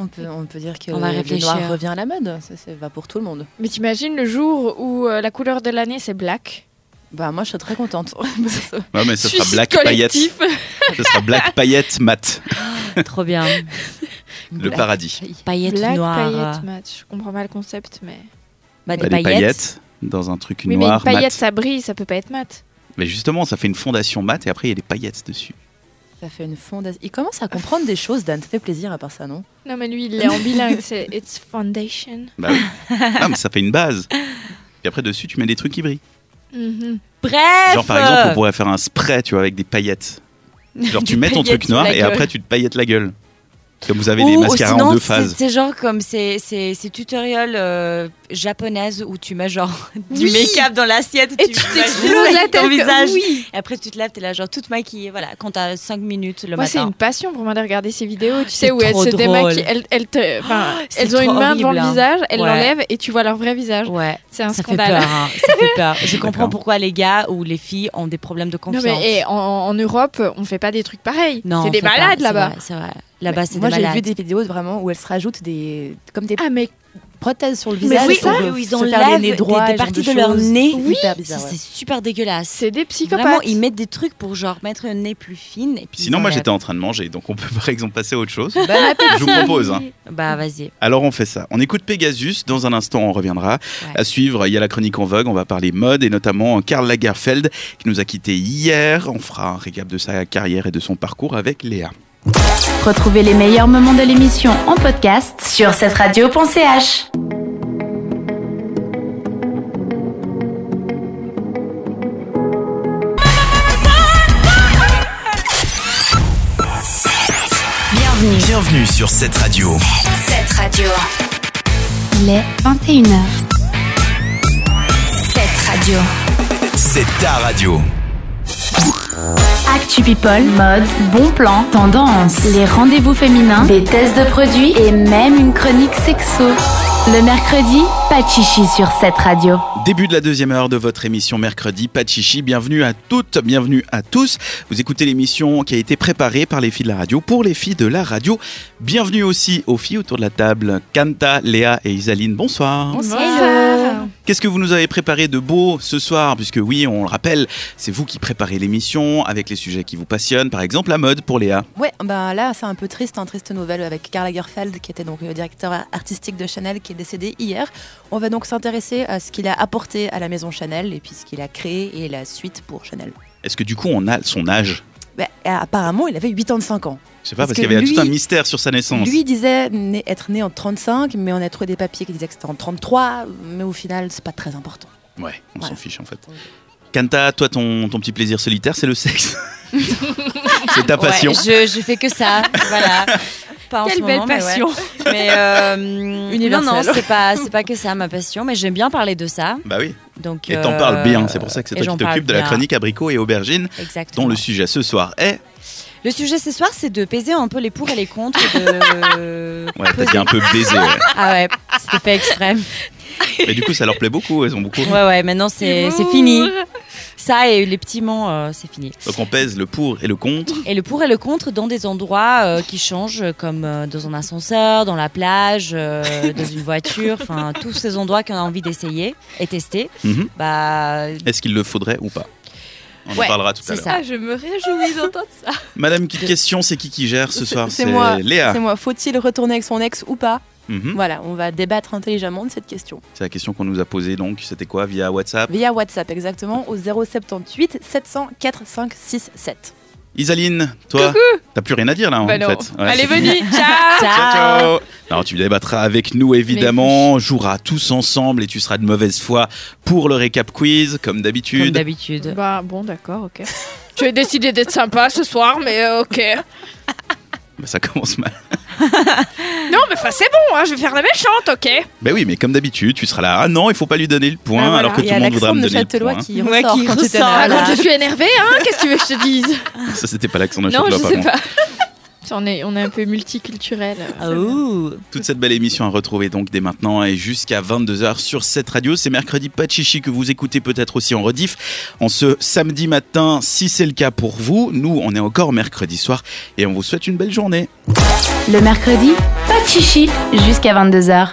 On peut, on peut dire que
On va
le
réfléchir.
noir revient à la mode. Ça, ça va pour tout le monde.
Mais t'imagines le jour où euh, la couleur de l'année c'est black.
Bah, moi, je suis très contente.
Ouais, mais ce sera
Suicide
Black Paillette.
collectif.
Ce sera Black Paillette Mat,
trop bien.
le paradis.
Paillettes
Black
noires.
paillette match. Je comprends pas le concept, mais
Bah,
T'as
des
des
paillettes.
paillettes dans un truc
Oui, mais
noir.
une paillette
mat.
ça brille, ça peut pas être mat.
Mais justement, ça fait une fondation mat et après, il y a des paillettes dessus.
Ça fait une fondation. Il commence à comprendre des choses, Dan. Ça fait plaisir à part ça, non
Non mais lui il est en bilingue, c'est it's foundation.
Bah oui. Ah, mais ça fait une base. Puis après, dessus, tu mets des trucs qui brillent.
Mhm.
Bref
Genre, par exemple, on pourrait faire un spray, tu vois, avec des paillettes. Genre, tu mets ton
paillettes
truc noir
sur la
et
gueule.
après, tu te paillettes la gueule. Comme vous avez
Ou-
des
ou
mascaras
sinon,
en deux
c'est-
phases.
C'est genre comme ces, ces, ces tutoriels euh, japonaises où tu mets genre du
Oui.
make-up dans l'assiette
Et tu
mets
t'exploses la
ton
tête. comme-
visage.
Oui.
Et après, tu te laves, t'es là, genre toute maquillée, voilà, quand t'as 5 minutes le
Moi, c'est
matin.
une passion pour moi de regarder ces vidéos, tu sais,
c'est
où elles
trop
se
drôle. Oh,
démaquillent. Elles, elles te- enfin,
c'est
elles ont
trop
une main devant
horrible,
le
hein.
visage, elles
Ouais.
l'enlèvent et tu vois leur vrai visage.
Ouais,
C'est un
ça fait
scandale.
peur. hein, ça fait peur. Je
D'accord.
comprends pourquoi les gars ou les filles ont des problèmes de
Non,
confiance.
mais et en, en Europe, on fait pas des trucs pareils.
Non,
c'est
on
des
fait pas,
malades
c'est
là-bas.
vrai, C'est vrai. Là-bas, Ah, c'est
Moi,
des
j'ai vu
malades.
des vidéos vraiment où elles se rajoutent des comme des
Ah, mais
prothèses sur le
Mais
visage.
oui,
pour,
oui,
euh,
où ils
se
enlèvent
faire les
des-
nez droits,
des
ce genre
parties
de,
de leur
choses.
nez.
C'est hyper
Ça,
bizarre. ouais.
c'est super dégueulasse.
c'est des psychopathes.
Vraiment, ils mettent des trucs pour genre mettre une nez plus fine. Et puis ils
Sinon, moi,
enlèvent.
j'étais en train de manger, donc on peut par exemple passer à autre chose.
Bah,
Bon appétit.
Je vous propose. hein.
Bah, vas-y.
Alors, on fait ça. On écoute Pegasus. Dans un instant, on reviendra.
Ouais.
À suivre, il y a la chronique en vogue. On va parler mode et notamment Karl Lagerfeld qui nous a quittés hier. On fera un récap de sa carrière et de son parcours avec Léa.
Retrouvez les meilleurs moments de l'émission en podcast sur cette radio.ch. Bienvenue,
Bienvenue sur cette radio.
cette radio. Il est 21h. Cette radio.
C'est ta radio.
Actu People, mode, bon plan, tendance, les rendez-vous féminins, des tests de produits et même une chronique sexo. Le mercredi, pas de chichi sur cette radio.
Début de la deuxième heure de votre émission mercredi, pas de chichi, bienvenue à toutes, bienvenue à tous. Vous écoutez l'émission qui a été préparée par les filles de la radio pour les filles de la radio. Bienvenue aussi aux filles autour de la table, Kanta, Léa et Isaline, bonsoir.
Bonsoir.
Qu'est-ce que vous nous avez préparé de beau ce soir Puisque oui, on le rappelle, c'est vous qui préparez l'émission avec les sujets qui vous passionnent, par exemple la mode pour Léa.
Ouais, bah là, c'est un peu triste, hein, triste nouvelle avec Karl Lagerfeld, qui était donc le directeur artistique de Chanel, qui est décédé hier. On va donc s'intéresser à ce qu'il a apporté à la maison Chanel et puis ce qu'il a créé et la suite pour Chanel.
Est-ce que du coup on a son âge
Bah, apparemment, il avait 85 ans.
Je sais pas, parce,
Parce
qu'il y
que
avait
lui-
tout un mystère sur sa naissance.
Lui disait né- être né en 35, mais on a trouvé des papiers qui disaient que c'était en 33, mais au final, c'est pas très important.
Ouais, on s'en
Voilà.
fiche en fait. Kanta, toi, ton, ton petit plaisir solitaire, c'est le sexe. c'est ta passion.
Ouais, je, je fais que ça. voilà. Pas en
Quelle
ce
belle
moment, mais ouais.
passion.
Mais, euh, non,
Universel.
non, c'est pas, c'est pas que ça ma passion, mais j'aime bien parler de ça.
Bah oui.
Donc,
Et t'en
euh,
parles bien, c'est pour ça que c'est toi
et j'en
qui t'occupes
parle
de la
bien.
chronique abricot et aubergine,
Exactement.
dont le sujet ce soir est.
Le sujet ce soir, c'est de peser un peu les pour et les contre. De...
Ouais, t'as dit un peu baiser. ouais.
Ah ouais, c'était fait extrême.
Mais du coup, ça leur plaît beaucoup, elles ont beaucoup.
Ouais, ouais, maintenant c'est c'est fini. Ça et les petits mots, euh, c'est fini.
Donc on pèse le pour et le contre.
Et le pour et le contre dans des endroits euh, qui changent, comme euh, dans un ascenseur, dans la plage, euh, dans une voiture, enfin tous ces endroits qu'on a envie d'essayer et tester.
Mhm.
Bah,
Est-ce qu'il le faudrait ou pas On en
Ouais,
parlera tout à
c'est
l'heure.
ça.
Ah, je me réjouis d'entendre ça.
Madame, petite question, c'est qui qui gère ce soir
C'est moi.
Léa.
C'est moi. Faut-il retourner avec son ex ou pas
Mhm.
Voilà, on va débattre intelligemment de cette question.
C'est la question qu'on nous a posée donc, c'était quoi via WhatsApp
Via WhatsApp, exactement, au 078 700 4567.
Isaline, toi, t'as plus rien à dire là
Bah
en
non.
fait. Ouais,
Allez,
c'est fini.
venez. Ciao.
Ciao, ciao. Alors tu débattras avec nous évidemment, on jouera tous ensemble et tu seras de mauvaise foi pour le récap quiz comme
comme
d'habitude.
d'habitude.
Bah, bon, d'accord, ok. Tu as décidé d'être sympa ce soir, mais euh, ok.
Bah, ça commence mal.
Non, mais enfin, c'est bon, hein, je vais faire la méchante, ok.
Ben oui, mais comme d'habitude, tu seras là. Ah non, il faut pas lui donner le point
Ah, voilà.
alors que
Bah, Et
tout le monde voudra me
Alexandre de
donner le
Châtelois
point.
qui
Ouais,
ressort
qui
quand tu t'en
ressort.
as
Ah,
Voilà.
quand
marre.
je suis énervée, hein, qu'est-ce que tu veux que je te dise
Ça c'était pas l'accent de
Non, je
Châtelois, par
sais
contre.
pas. on, est, on est un peu multiculturel.
Ah, ouh.
Toute cette belle émission à retrouver donc dès maintenant et jusqu'à 22h sur cette radio. C'est mercredi pas de chichi que vous écoutez peut-être aussi en rediff. En ce samedi matin, si c'est le cas pour vous, nous on est encore mercredi soir et on vous souhaite une belle journée.
Le mercredi, pas de chichi jusqu'à 22h.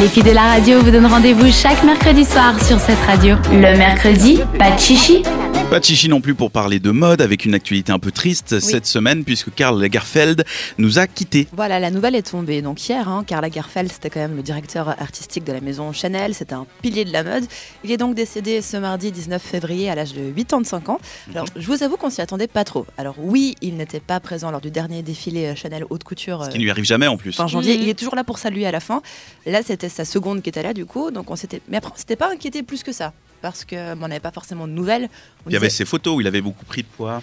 Les filles de la radio vous donnent rendez-vous chaque mercredi soir sur cette radio. Le mercredi, pas de chichi
Pas de chichi non plus pour parler de mode avec une actualité un peu triste cette semaine puisque Karl Lagerfeld nous a quittés.
Voilà, la nouvelle est tombée donc hier. Hein, Karl Lagerfeld, c'était quand même le directeur artistique de la maison Chanel. C'était un pilier de la mode. Il est donc décédé ce mardi 19 février à l'âge de 85 ans.
Mhm.
Alors, je vous avoue qu'on s'y attendait pas trop. Alors oui, il n'était pas présent lors du dernier défilé euh, Chanel haute couture.
Ce
euh,
qui ne lui arrive jamais en plus.
Fin janvier,
Mhm.
il est toujours là pour saluer à la fin. Là, c'était sa seconde qui était là, du coup. Donc on s'était, mais après, on s'était pas inquiété plus que ça, parce que bon, on n'avait pas forcément de nouvelles. On
Il y avait
disait-
ses photos où il avait beaucoup pris de poids.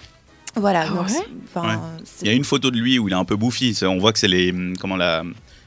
voilà.
Ah
donc,
ouais
c'est- enfin, c'est-
Il y a une photo de lui où il a un peu bouffi. Ça, On voit que c'est les comment la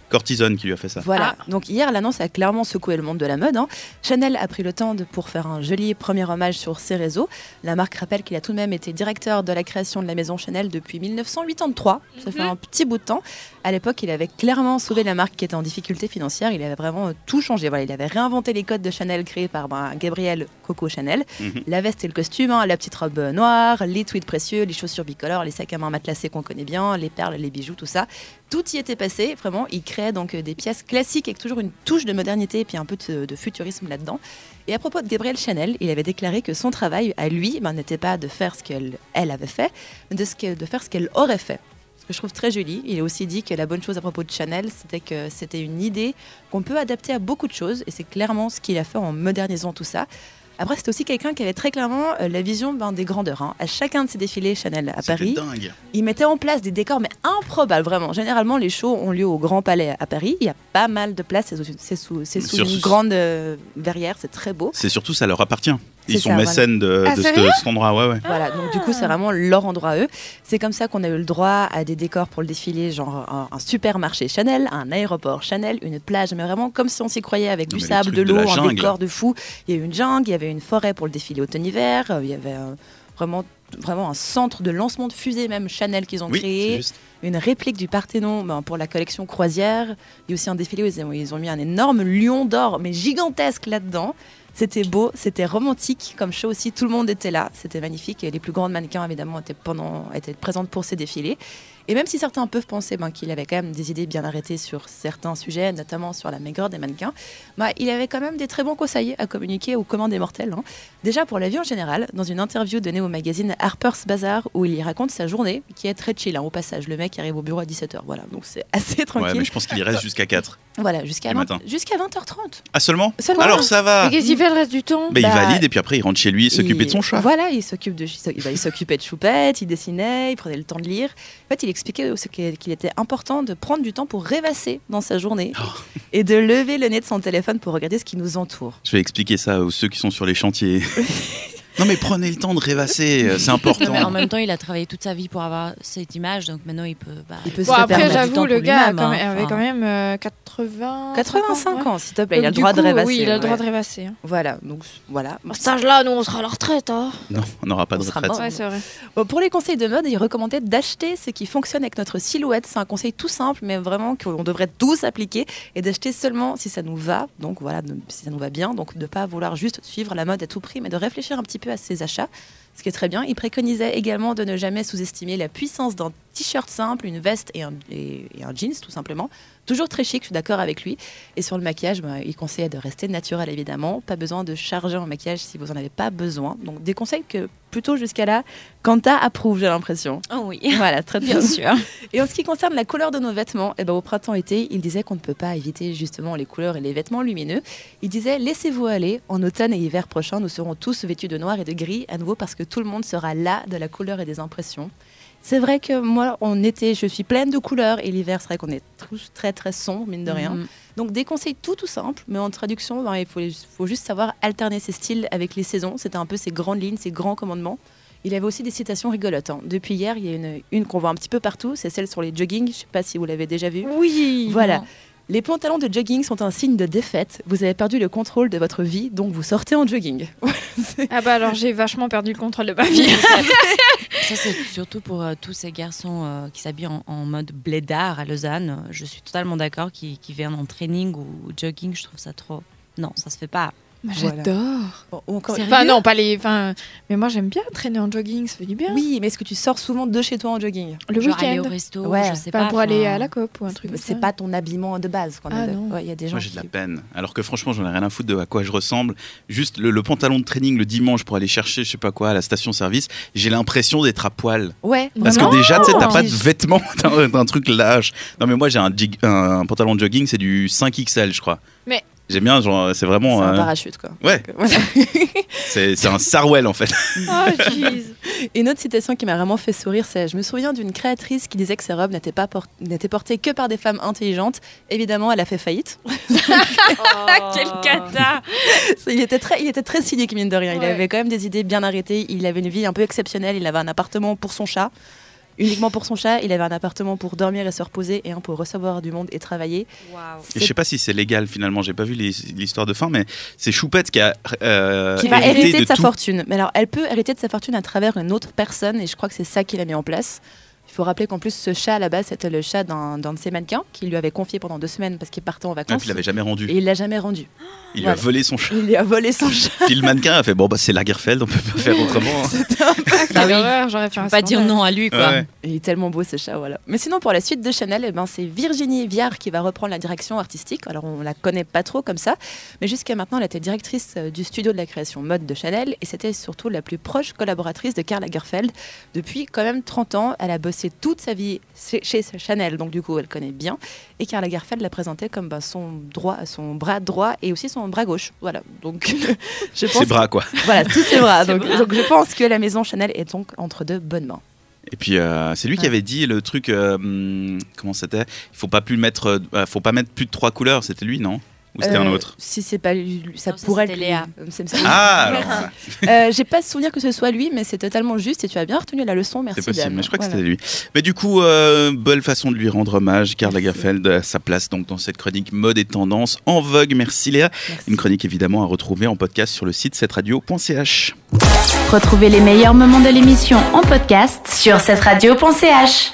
cortisone qui lui a fait ça.
Voilà. Donc hier, l'annonce a clairement secoué le monde de la mode. hein. Chanel a pris le temps de, pour faire un joli premier hommage sur ses réseaux. La marque rappelle qu'il a tout de même été directeur de la création de la maison Chanel depuis 1983. Ça fait un petit bout de temps. À l'époque, il avait clairement sauvé la marque qui était en difficulté financière. Il avait vraiment euh, tout changé. Voilà, il avait réinventé les codes de Chanel créés par ben, Gabriel Coco Chanel.
Mhm.
La veste et le costume, hein, la petite robe euh, noire, les tweeds précieux, les chaussures bicolores, les sacs à main matelassés qu'on connaît bien, les perles, les bijoux, tout ça. Tout y était passé, vraiment. Il créait donc euh, des pièces classiques avec toujours une touche de modernité et puis un peu de, de futurisme là-dedans. Et à propos de Gabrielle Chanel, il avait déclaré que son travail à lui ben, n'était pas de faire ce qu'elle elle avait fait, mais de, ce que- de faire ce qu'elle aurait fait. Ce que je trouve très joli. Il a aussi dit que la bonne chose à propos de Chanel, c'était que c'était une idée qu'on peut adapter à beaucoup de choses et c'est clairement ce qu'il a fait en modernisant tout ça. Après, c'était aussi quelqu'un qui avait très clairement euh, la vision ben, des grandeurs. hein. À chacun de ses défilés Chanel à
C'était
Paris,
dingue.
il mettait en place des décors, mais improbables, vraiment. Généralement, les shows ont lieu au Grand Palais à Paris. Il y a pas mal de places. C'est sous, c'est sous- c'est sous
Sur-
une grande euh, verrière. C'est très beau.
C'est surtout ça leur appartient. Ils
C'est
sont
ça, voilà.
mécènes de,
Ah,
de
sérieux
cet, cet endroit. Ouais, ouais.
Voilà, donc du
Ah.
coup, c'est vraiment leur endroit à eux. C'est comme ça qu'on a eu le droit à des décors pour le défilé, genre un, un supermarché Chanel, un aéroport Chanel, une plage, mais vraiment comme si on s'y croyait avec
Non,
du
mais les
sable,
trucs
de
de
l'eau,
la
un
jungle.
décor de fou. Il y a eu une jungle, il y avait une forêt pour le défilé automne-hiver, euh, il y avait euh, vraiment vraiment un centre de lancement de fusées même Chanel qu'ils ont
Oui, c'est
créé,
juste.
une réplique du Parthénon ben, pour la collection croisière. Il y a aussi un défilé où ils ont, ils ont mis un énorme lion d'or, mais gigantesque là-dedans. C'était beau, c'était romantique comme show aussi. Tout le monde était là, c'était magnifique. Et les plus grandes mannequins, évidemment, étaient, pendant, étaient présentes pour ces défilés. Et même si certains peuvent penser ben, qu'il avait quand même des idées bien arrêtées sur certains sujets, notamment sur la maigreur des mannequins, ben, il avait quand même des très bons conseils à communiquer aux commandes des mortels. hein. Déjà pour la vie en général, dans une interview donnée au magazine Harper's Bazaar, où il y raconte sa journée, qui est très chill hein, au passage. Le mec arrive au bureau à 17h, voilà, donc c'est assez
Ouais,
tranquille.
mais je pense qu'il y reste jusqu'à 4.
Voilà, jusqu'à
Du
20
matin.
jusqu'à 20h30.
Ah seulement
Seulement. hein.
Alors ça va.
Mais qu'est-ce qu'il fait le reste du temps
Mais il
Bah,
valide et puis après il rentre chez lui s'occuper
Il-
de son chat.
Voilà, il s'occupe de, il bah, il s'occupait de Choupette, il dessinait, il prenait le temps de lire. En fait, il expliquait ce qu'est- qu'il était important de prendre du temps pour rêvasser dans sa journée
Oh.
et de lever le nez de son téléphone pour regarder ce qui nous entoure.
Je vais expliquer ça aux ceux qui sont sur les chantiers. non mais prenez le temps de rêvasser, euh, c'est
Non, mais en
important.
même temps, il a travaillé toute sa vie pour avoir cette image, donc maintenant il peut. bah,
Il peut
Bon,
se
après,
permettre du
j'avoue,
temps
le
pour
gars a
lui-même, hein,
quand même- avait
enfin.
quand même euh, 80...
85
ouais.
ans, s'il te plaît, il a le
Donc, du
droit de
coup,
rêvasser.
Oui, il a le droit
ouais.
de rêvasser. hein.
Voilà, donc voilà.
À cet âge-là, nous, on sera à la retraite. Hein.
Non, on n'aura pas
On
de
sera
retraite.
mort.
Ouais, c'est vrai.
Bon, pour les conseils de mode, il recommandait d'acheter ce qui fonctionne avec notre silhouette. C'est un conseil tout simple, mais vraiment qu'on devrait tous appliquer et d'acheter seulement si ça nous va. Donc voilà, de- si ça nous va bien. Donc de ne pas vouloir juste suivre la mode à tout prix, mais de réfléchir un petit peu à ses achats. Ce qui est très bien. Il préconisait également de ne jamais sous-estimer la puissance d'un t-shirt simple, une veste et un, et- et un jeans, tout simplement. Toujours très chic, je suis d'accord avec lui. Et sur le maquillage, bah, il conseillait de rester naturel, évidemment. Pas besoin de charger en maquillage si vous n'en avez pas besoin. Donc des conseils que, plutôt jusqu'à là, Quanta approuve, j'ai l'impression.
Oh oui.
Voilà, très bien
sûr.
sûr. Et en ce qui concerne la couleur de nos vêtements, eh ben, au printemps-été, il disait qu'on ne peut pas éviter justement les couleurs et les vêtements lumineux. Il disait laissez-vous aller, en automne et hiver prochain, nous serons tous vêtus de noir et de gris, à nouveau parce que tout le monde sera là de la couleur et des impressions. C'est vrai que moi, en été, je suis pleine de couleurs et l'hiver, c'est vrai qu'on est tous très très sombre, mine de
Mm.
rien. Donc des conseils tout tout simples, mais en traduction, ben, il faut, faut juste savoir alterner ses styles avec les saisons. C'était un peu ses grandes lignes, ses grands commandements. Il avait aussi des citations rigolotes. hein. Depuis hier, il y a une, une qu'on voit un petit peu partout, c'est celle sur les joggings. Je sais pas si vous l'avez déjà vue.
Oui.
Voilà. Les pantalons de jogging sont un signe de défaite. Vous avez perdu le contrôle de votre vie, donc vous sortez en jogging.
Ah bah alors, j'ai vachement perdu le contrôle de ma vie. Bah,
Ça, c'est surtout pour euh, tous ces garçons euh, qui s'habillent en, en mode blédard à Lausanne. Je suis totalement d'accord. Qui, qui viennent en training ou jogging, je trouve ça trop. Non, ça se fait pas.
Moi,
Voilà.
J'adore.
Bon, ou encore-
Enfin, non, pas les. Enfin, mais moi, j'aime bien traîner en jogging, ça fait du bien.
Oui, mais est-ce que tu sors souvent de chez toi en jogging
Le
Genre aller au
week-end.
resto,
Ouais.
je sais
Enfin,
pas.
pour aller
enfin,
à la COP ou un truc.
C'est
comme ça.
pas ton habillement de base. qu'on
Ah,
adopte.
non.
Ouais, Il y a des gens.
Moi, j'ai de la
qui-
peine. Alors que franchement, j'en ai rien à foutre de à quoi je ressemble. Juste le, le pantalon de training le dimanche pour aller chercher, je sais pas quoi, à la station-service, j'ai l'impression d'être à poil.
Ouais.
Parce que
Non.
déjà, tu sais, t'as pas de
Puis-
vêtements, t'as un, un truc lâche. Non, mais moi, j'ai un, jig- un- un pantalon de jogging, c'est du 5XL, je crois.
Mais-
J'aime bien, genre, c'est vraiment.
C'est un
euh,
parachute quoi.
ouais, c'est c'est un sarouel en fait.
Oh, jeez.
Une autre citation qui m'a vraiment fait sourire, c'est Je me souviens d'une créatrice qui disait que ses robes n'étaient pas por- n'étaient portées que par des femmes intelligentes. Évidemment, elle a fait faillite.
Quel cata
il, était très, il était très cynique, mine de rien. Il
Ouais.
avait quand même des idées bien arrêtées. Il avait une vie un peu exceptionnelle. Il avait un appartement pour son chat. Uniquement pour son chat, il avait un appartement pour dormir et se reposer et un pour recevoir du monde et travailler.
Waouh.
Et je sais pas si c'est légal finalement, j'ai pas vu les- l'histoire de fin, mais c'est Choupette qui a. euh,
qui va
hérité
hériter de, sa
tout.
fortune. Mais alors, elle peut hériter de sa fortune à travers une autre personne, et je crois que c'est ça qu'il a mis en place. Il faut rappeler qu'en plus, ce chat, à la base, c'était le chat d'un d'un de ses mannequins qu'il lui avait confié pendant deux semaines parce qu'il partait en
Et
vacances.
Ah, puis il l'avait jamais rendu.
et il l'a jamais rendu.
Il lui a
voilà.
volé son chat.
Il lui a volé son chat.
Puis le mannequin a fait Bon, bah c'est Lagerfeld, on peut pas faire autrement. hein.
Quelle
oui.
horreur, j'aurais fait un
Pas dire
scandale.
non à lui, quoi.
Ouais.
Il est tellement beau ce chat, voilà. Mais sinon, pour la suite de Chanel, eh ben, c'est Virginie Viard qui va reprendre la direction artistique. Alors, on la connaît pas trop comme ça, mais jusqu'à maintenant, elle était directrice euh, du studio de la création mode de Chanel et c'était surtout la plus proche collaboratrice de Karl Lagerfeld. Depuis quand même 30 ans, elle a bossé toute sa vie chez chez Chanel, donc du coup, elle connaît bien. Et Karl Lagerfeld l'a présenté comme ben, son, droit, son bras droit et aussi son bras gauche. Voilà, donc je pense.
Ses bras quoi.
Voilà, tous ses bras. donc, donc, je pense que la maison Chanel est donc entre deux bonnes mains.
Et puis euh, c'est lui qui
Ouais.
avait dit le truc euh, hum, comment c'était Il faut pas plus mettre euh, euh, faut pas mettre plus de trois couleurs, c'était lui non Ou c'était un
Euh,
autre
Si c'est pas lui, lui- ça
Non, ça,
pourrait
c'était
être lui.
Léa.
Euh, c'est-
Ah alors,
Merci. Euh, J'ai pas souvenir que ce soit lui, mais c'est totalement juste et tu as bien retenu la leçon. Merci.
c'est possible,
Dan.
mais je crois que
Voilà.
c'était lui. Mais du coup, euh, belle façon de lui rendre hommage, Karl Lagerfeld a sa place donc dans cette chronique mode et tendance en vogue. Merci Léa.
Merci.
Une chronique évidemment à retrouver en podcast sur le site cetteradio.ch.
Retrouvez les meilleurs moments de l'émission en podcast sur cette radio.ch.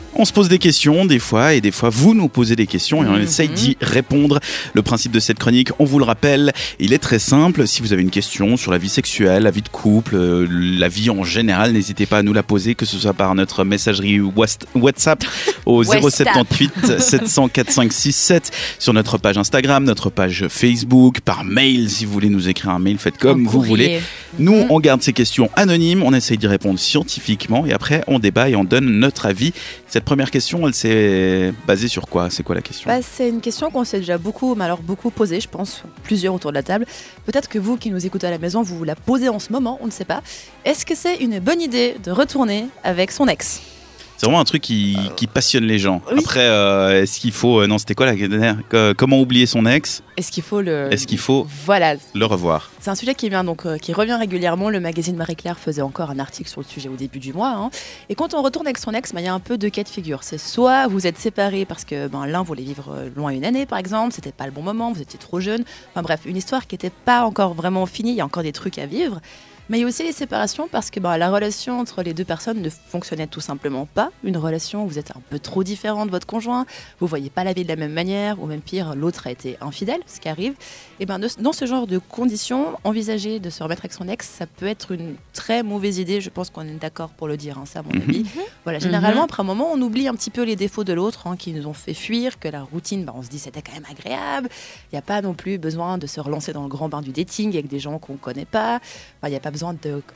On se pose des questions des fois et des fois vous nous posez des questions et on essaye d'y répondre. Le principe de cette chronique, on vous le rappelle, il est très simple. Si vous avez une question sur la vie sexuelle, la vie de couple, euh, la vie en général, n'hésitez pas à nous la poser, que ce soit par notre messagerie Wast- WhatsApp au 078 700 456 sur notre page Instagram, notre page Facebook, par mail si vous voulez nous écrire un mail, faites comme
En
vous voulez.
courrier.
Nous,
Mhm.
on garde ces questions anonymes, on essaye d'y répondre scientifiquement et après, on débat et on donne notre avis. Cette première question, elle s'est basée sur quoi C'est quoi la question
Bah, c'est une question qu'on s'est déjà beaucoup, mais alors beaucoup posée, je pense, plusieurs autour de la table. Peut-être que vous qui nous écoutez à la maison, vous vous la posez en ce moment, on ne sait pas. Est-ce que c'est une bonne idée de retourner avec son ex
C'est vraiment un truc qui,
euh,
qui passionne les gens.
oui.
Après, euh, est-ce qu'il faut. euh, non, c'était quoi la dernière Que- Comment oublier son ex
Est-ce qu'il faut
Euh,
le.
Est-ce qu'il faut
Voilà,
le revoir
C'est un sujet qui, vient donc, euh, qui revient régulièrement. Le magazine Marie-Claire faisait encore un article sur le sujet au début du mois. hein. Et quand on retourne avec son ex, bah, il y a un peu deux cas de figure. C'est soit vous êtes séparés parce que ben, l'un voulait vivre euh, loin une année, par exemple, c'était pas le bon moment, vous étiez trop jeune. Enfin bref, une histoire qui n'était pas encore vraiment finie, il y a encore des trucs à vivre. Mais il y a aussi les séparations parce que ben, la relation entre les deux personnes ne fonctionnait tout simplement pas. Une relation où vous êtes un peu trop différent de votre conjoint, vous voyez pas la vie de la même manière, ou même pire, l'autre a été infidèle, ce qui arrive. Et ben, de- dans ce genre de conditions, envisager de se remettre avec son ex, ça peut être une très mauvaise idée. Je pense qu'on est d'accord pour le dire, hein, ça, à mon
Mhm.
avis. Voilà, généralement, après un moment, on oublie un petit peu les défauts de l'autre hein, qui nous ont fait fuir, que la routine, bah, on se dit c'était quand même agréable. Il n'y a pas non plus besoin de se relancer dans le grand bain du dating avec des gens qu'on ne connaît pas. Enfin, Il n'y a pas besoin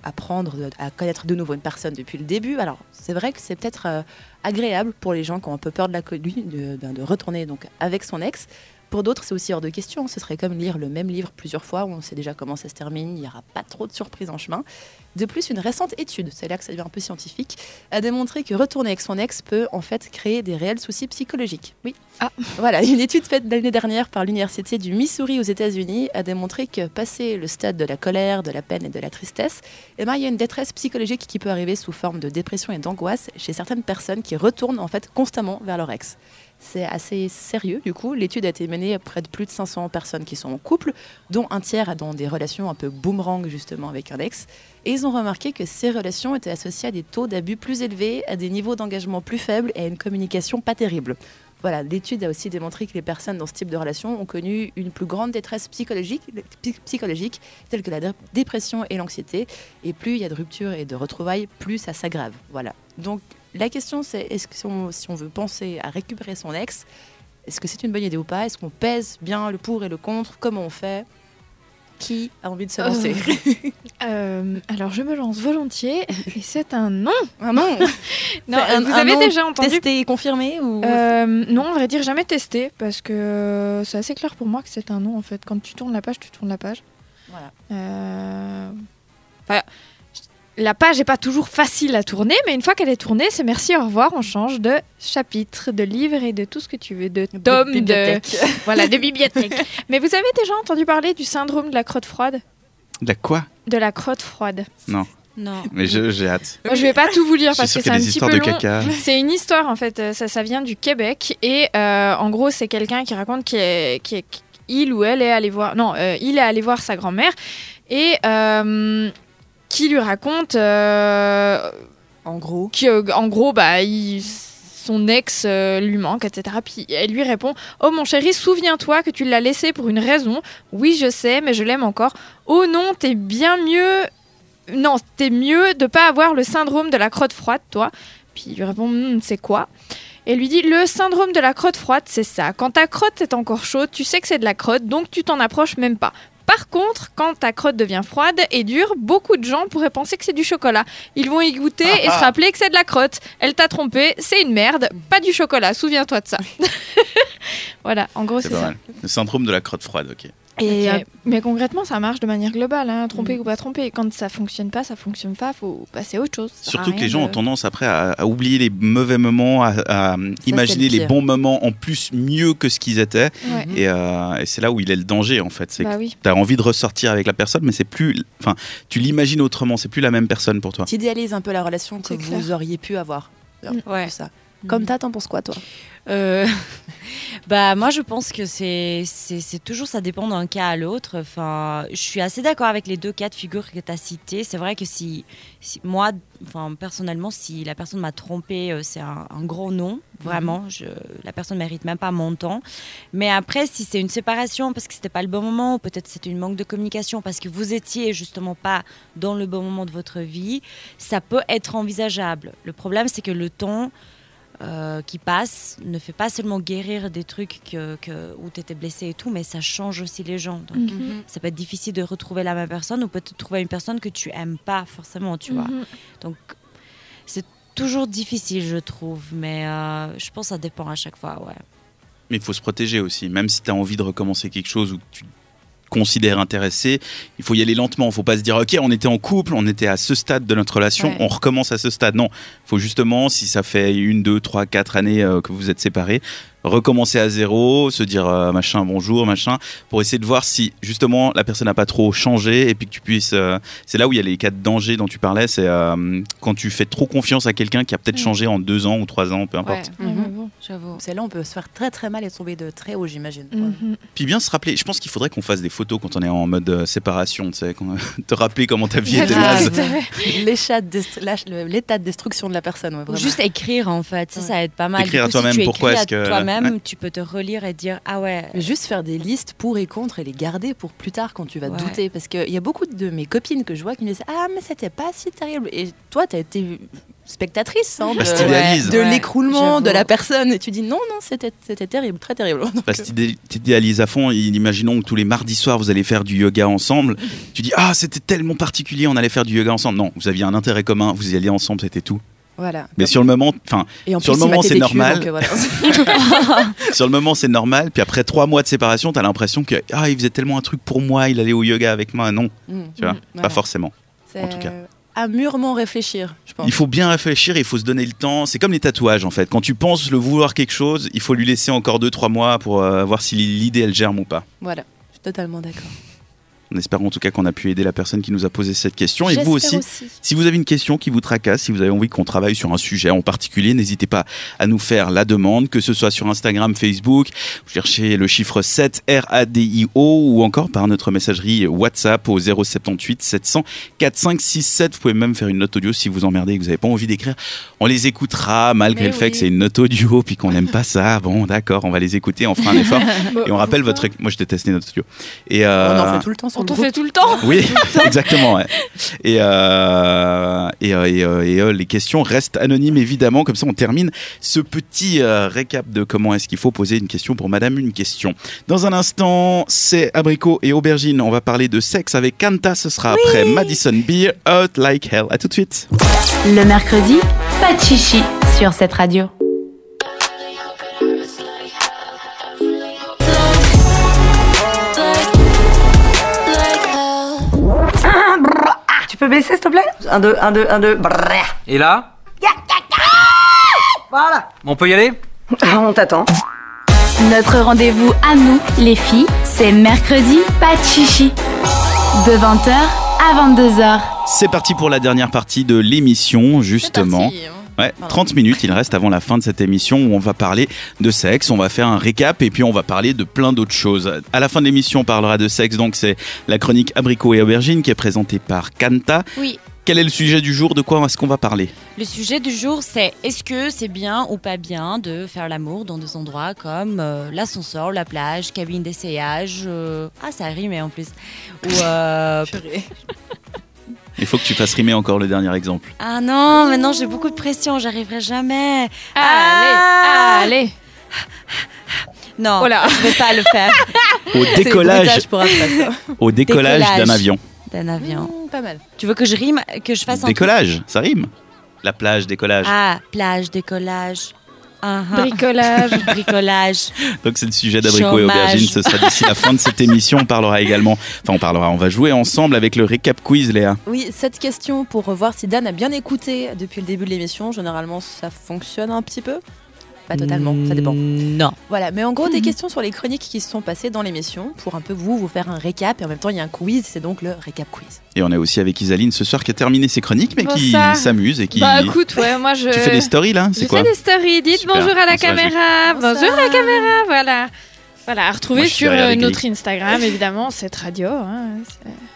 d'apprendre à connaître de nouveau une personne depuis le début. Alors, c'est vrai que c'est peut-être euh, agréable pour les gens qui ont un peu peur de la connue de, ben, de retourner donc avec son ex. Pour d'autres, c'est aussi hors de question. Ce serait comme lire le même livre plusieurs fois. On sait déjà comment ça se termine. Il n'y aura pas trop de surprises en chemin. De plus, une récente étude, c'est là que ça devient un peu scientifique, a démontré que retourner avec son ex peut en fait créer des réels soucis psychologiques. Oui.
Ah.
Voilà, une étude faite l'année dernière par l'université du Missouri aux États-Unis a démontré que passer le stade de la colère, de la peine et de la tristesse, eh ben, il y a une détresse psychologique qui peut arriver sous forme de dépression et d'angoisse chez certaines personnes qui retournent en fait constamment vers leur ex. C'est assez sérieux, du coup. L'étude a été menée auprès de plus de 500 personnes qui sont en couple, dont un tiers dans des relations un peu boomerang, justement, avec un ex. Et ils ont remarqué que ces relations étaient associées à des taux d'abus plus élevés, à des niveaux d'engagement plus faibles et à une communication pas terrible. Voilà, l'étude a aussi démontré que les personnes dans ce type de relation ont connu une plus grande détresse psychologique, psy- psychologique telle que la dé- dépression et l'anxiété. Et plus il y a de ruptures et de retrouvailles, plus ça s'aggrave. Voilà. Donc la question c'est est-ce que si on, si on veut penser à récupérer son ex, est-ce que c'est une bonne idée ou pas Est-ce qu'on pèse bien le pour et le contre Comment on fait Qui a envie de se
Euh.
lancer
Euh, alors je me lance volontiers et c'est un non.
Ah non
non
un-
vous
un
avez
non
déjà entendu
Testé et confirmé ou...
Euh, non, à vrai dire, jamais testé, parce que euh, c'est assez clair pour moi que c'est un nom en fait. Quand tu tournes la page, tu tournes la page.
Voilà.
Euh, enfin, la page n'est pas toujours facile à tourner, mais une fois qu'elle est tournée, c'est merci, au revoir, on change de chapitre, de livre et de tout ce que tu veux, de tome, de,
bibliothèque.
voilà, de bibliothèque. mais vous avez déjà entendu parler du syndrome de la crotte froide
De la quoi
De la crotte froide.
Non.
Mais je- j'ai hâte.
Moi, je vais pas tout vous lire
Je suis
parce
sûr
que c'est
qu'il
un
y a des
petit
histoires
peu
de
long.
caca.
C'est une histoire en fait, euh, ça, ça vient du Québec et euh, en gros c'est quelqu'un qui raconte qu'il est- qu'il est- qu'il ou elle est allé voir, non, euh, il est allé voir sa grand-mère et euh, qui lui raconte euh,
En gros.
qu'en gros bah il- son ex euh, lui manque, etc. Puis elle lui répond Oh mon chéri, souviens-toi que tu l'as laissé pour une raison. Oui, je sais, mais je l'aime encore. Oh non, t'es bien mieux. Non, t'es mieux de pas avoir le syndrome de la crotte froide, toi. Puis il lui répond Hmm, C'est quoi et lui dit le syndrome de la crotte froide, c'est ça. Quand ta crotte est encore chaude, tu sais que c'est de la crotte, donc tu t'en approches même pas. Par contre, quand ta crotte devient froide et dure, beaucoup de gens pourraient penser que c'est du chocolat. Ils vont y goûter et se rappeler que c'est de la crotte. Elle t'a trompé, c'est une merde, pas du chocolat, souviens-toi de ça. voilà, en gros,
C'est
c'est
pas
ça.
mal. Le syndrome de la crotte froide, ok.
Et,
Ok.
euh, mais concrètement, ça marche de manière globale, hein, tromper ou pas tromper. Quand ça fonctionne pas, ça fonctionne pas, faut passer à autre chose. Ça sert à
Surtout que
rien
les gens ont
de-
tendance après à, à oublier les mauvais moments, à, à imaginer les
pire.
bons moments en plus mieux que ce qu'ils étaient.
Ouais.
Et, euh, et c'est là où il est le danger en fait. C'est
Bah
que
oui.
t'as envie de ressortir avec la personne, mais c'est plus. Enfin, tu l'imagines autrement, c'est plus la même personne pour toi.
T'idéalises un peu la relation que
C'est clair.
vous auriez pu avoir.
Ouais. Mm.
tout ça. Comme t'as, t'en penses quoi, toi
Euh, bah moi je pense que c'est c'est c'est toujours ça dépend d'un cas à l'autre. Enfin, je suis assez d'accord avec les deux cas de figure que tu as cités. C'est vrai que si, si- moi enfin personnellement si la personne m'a trompé, euh, c'est un, un gros
Mhm.
non, vraiment, je la personne mérite même pas mon temps. Mais après si c'est une séparation parce que c'était pas le bon moment, ou peut-être c'était une manque de communication parce que vous étiez justement pas dans le bon moment de votre vie, ça peut être envisageable. Le problème c'est que le temps euh, qui passe ne fait pas seulement guérir des trucs que, que- où tu étais blessé et tout, mais ça change aussi les gens. Donc,
Mhm.
ça peut être difficile de retrouver la même personne ou peut-être trouver une personne que tu aimes pas forcément, tu vois.
Mhm.
Donc, c'est toujours difficile, je trouve, mais euh, je pense que ça dépend à chaque fois, ouais.
Mais il faut se protéger aussi. Même si t'as envie de recommencer quelque chose ou que tu te considères intéressé, il faut y aller lentement. Il faut pas se dire ok, on était en couple, on était à ce stade de notre relation,
Ouais.
on recommence à ce stade. Non, faut justement si ça fait une, deux, trois, quatre années euh, que vous êtes séparés, recommencer à zéro, se dire euh, machin bonjour machin, pour essayer de voir si justement la personne n'a pas trop changé et puis que tu puisses. euh, c'est là où il y a les cas de danger dont tu parlais, c'est euh, quand tu fais trop confiance à quelqu'un qui a peut-être
Ouais.
changé en deux ans ou trois ans, peu importe.
Ouais, Mm-hmm.
Mhm.
mais bon.
J'avoue.
Celle-là, on peut se faire très très mal et tomber de très haut, j'imagine.
Mm.
Mhm.
Puis bien se rappeler, je pense qu'il faudrait qu'on fasse des photos quand on est en mode euh, séparation, tu sais, qu'on- te rappeler comment ta vie était
Grave.
naze.
Tout à fait.
L'état de, dest- lâche- le- l'état de destruction de la personne, ouais,
Ou
vraiment.
juste écrire en fait, ça,
Ouais.
ça aide pas mal.
Écrire
Du
à
coup, si
toi-même,
tu
pourquoi
écris
est-ce
à
que-
Toi-même, tu peux te relire et dire Ah ouais,
Mais Juste faire des listes pour et contre et les garder pour plus tard quand tu vas
Ouais.
douter. Parce qu'il y a beaucoup de mes copines que je vois qui me disent Ah, mais c'était pas si terrible. Et toi, t'as été spectatrice hein,
Bah,
de,
c'est t'idéalises.
de
euh, Ouais,
l'écroulement de
j'avoue.
la personne. Et tu dis Non, non, c'était c'était terrible, très terrible. Donc,
Parce que t'idé- t'idéalises à fond, et imaginons que tous les mardis soirs vous allez faire du yoga ensemble, tu dis ah c'était tellement particulier, on allait faire du yoga ensemble. Non, vous aviez un intérêt commun, vous y alliez ensemble, c'était tout.
voilà.
Mais sur le moment, enfin
et en
sur
plus,
le
il
moment,
m'a
c'est
TDQ,
normal.
donc, euh, voilà.
sur le moment c'est normal, puis après trois mois de séparation, t'as l'impression que ah il faisait tellement un truc pour moi, il allait au yoga avec moi. Non,
Mm.
tu vois,
Mm,
pas
voilà.
forcément. en tout
C'est,
cas.
euh, À mûrement réfléchir, je pense.
Il faut bien réfléchir, il faut se donner le temps. C'est comme les tatouages en fait. Quand tu penses le vouloir quelque chose, il faut lui laisser encore 2-3 mois pour euh, voir si l'idée elle germe ou pas.
Voilà, je suis totalement d'accord.
On espère en tout cas qu'on a pu aider la personne qui nous a posé cette question et vous aussi. Si vous avez une question qui vous tracasse, si vous avez envie qu'on travaille sur un sujet en particulier, n'hésitez pas à nous faire la demande, que ce soit sur Instagram, Facebook, vous cherchez le chiffre 7 RADIO ou encore par notre messagerie WhatsApp au 078 700 4567. Vous pouvez même faire une note audio si vous emmerdez et que vous n'avez pas envie d'écrire. On les écoutera malgré
Mais
le fait
oui.
que c'est une note audio puis qu'on n'aime pas ça. Bon, d'accord, on va les écouter, on fera un effort et on rappelle votre. Moi, je déteste les notes audio. Et euh,
On en fait tout le temps sur
On
le
t'en
groupe.
fait tout le temps.
oui, exactement. ouais. Et, euh, et, euh, et, euh, et, euh, les questions restent anonymes, évidemment. Comme ça, on termine ce petit euh, récap de comment est-ce qu'il faut poser une question pour madame une question. Dans un instant, c'est abricot et aubergine. On va parler de sexe avec Kanta. Ce sera après Madison Beer, Out Like Hell. À tout de suite.
Le mercredi, pas de chichi sur cette radio.
Ah, Tu peux baisser, s'il te plaît Un, deux, un, deux, un, deux. Brrr.
Et là
Voilà.
On peut y aller
Ah, On t'attend.
Notre rendez-vous à nous, les filles, c'est mercredi, pas de chichi. De 20h à 22h.
C'est parti pour la dernière partie de l'émission, justement.
hein.
Ouais, 30 minutes, il reste avant la fin de cette émission où on va parler de sexe, on va faire un récap et puis on va parler de plein d'autres choses. À la fin de l'émission, on parlera de sexe, donc c'est la chronique Abricot et Aubergine qui est présentée par Kanta.
Oui.
Quel est le sujet du jour De quoi est-ce qu'on va parler
Le sujet du jour, c'est est-ce que c'est bien ou pas bien de faire l'amour dans des endroits comme euh, l'ascenseur, la plage, cabine d'essayage euh, Ah, ça rimait en plus. Ou, euh,
Il faut que tu fasses rimer encore le dernier exemple.
Ah non, maintenant j'ai beaucoup de pression, j'arriverai jamais. Ah.
Allez, allez.
Non,
Oh là.
je vais pas le faire
Au décollage, au décollage
Décollage.
d'un avion.
d'un avion.
Mmh, Pas mal.
Tu veux que je rime, que je fasse un truc
Décollage, ça rime. La plage, décollage.
Ah, plage, décollage. Ah, ah.
Bricolage.
bricolage.
Donc c'est le sujet d'abricot et
Chômage.
aubergine. Ce sera d'ici la fin de cette émission. On parlera également. Enfin, on parlera. On va jouer ensemble avec le récap quiz, Léa.
Oui, cette question pour voir si Dan a bien écouté depuis le début de l'émission. Généralement, ça fonctionne un petit peu. Pas totalement, ça dépend.
Hmm.
Non.
Voilà, mais en gros,
Hmm.
des questions sur les chroniques qui se sont passées dans l'émission pour un peu vous, vous faire un récap. Et en même temps, il y a un quiz, c'est donc le récap quiz.
Et on est aussi avec Isaline ce soir qui a terminé ses chroniques, mais
Bon,
qui
ça.
s'amuse et qui.
Bah écoute, ouais, moi je.
Tu fais des stories là
Je
C'est quoi
fais des stories. Dites
Super.
bonjour à la
Bonsoir,
caméra. Ah, Bonjour la caméra. Voilà. Voilà, à retrouver
Moi, je suis
sur
derrière les
euh, notre Instagram, évidemment, cette radio. Hein,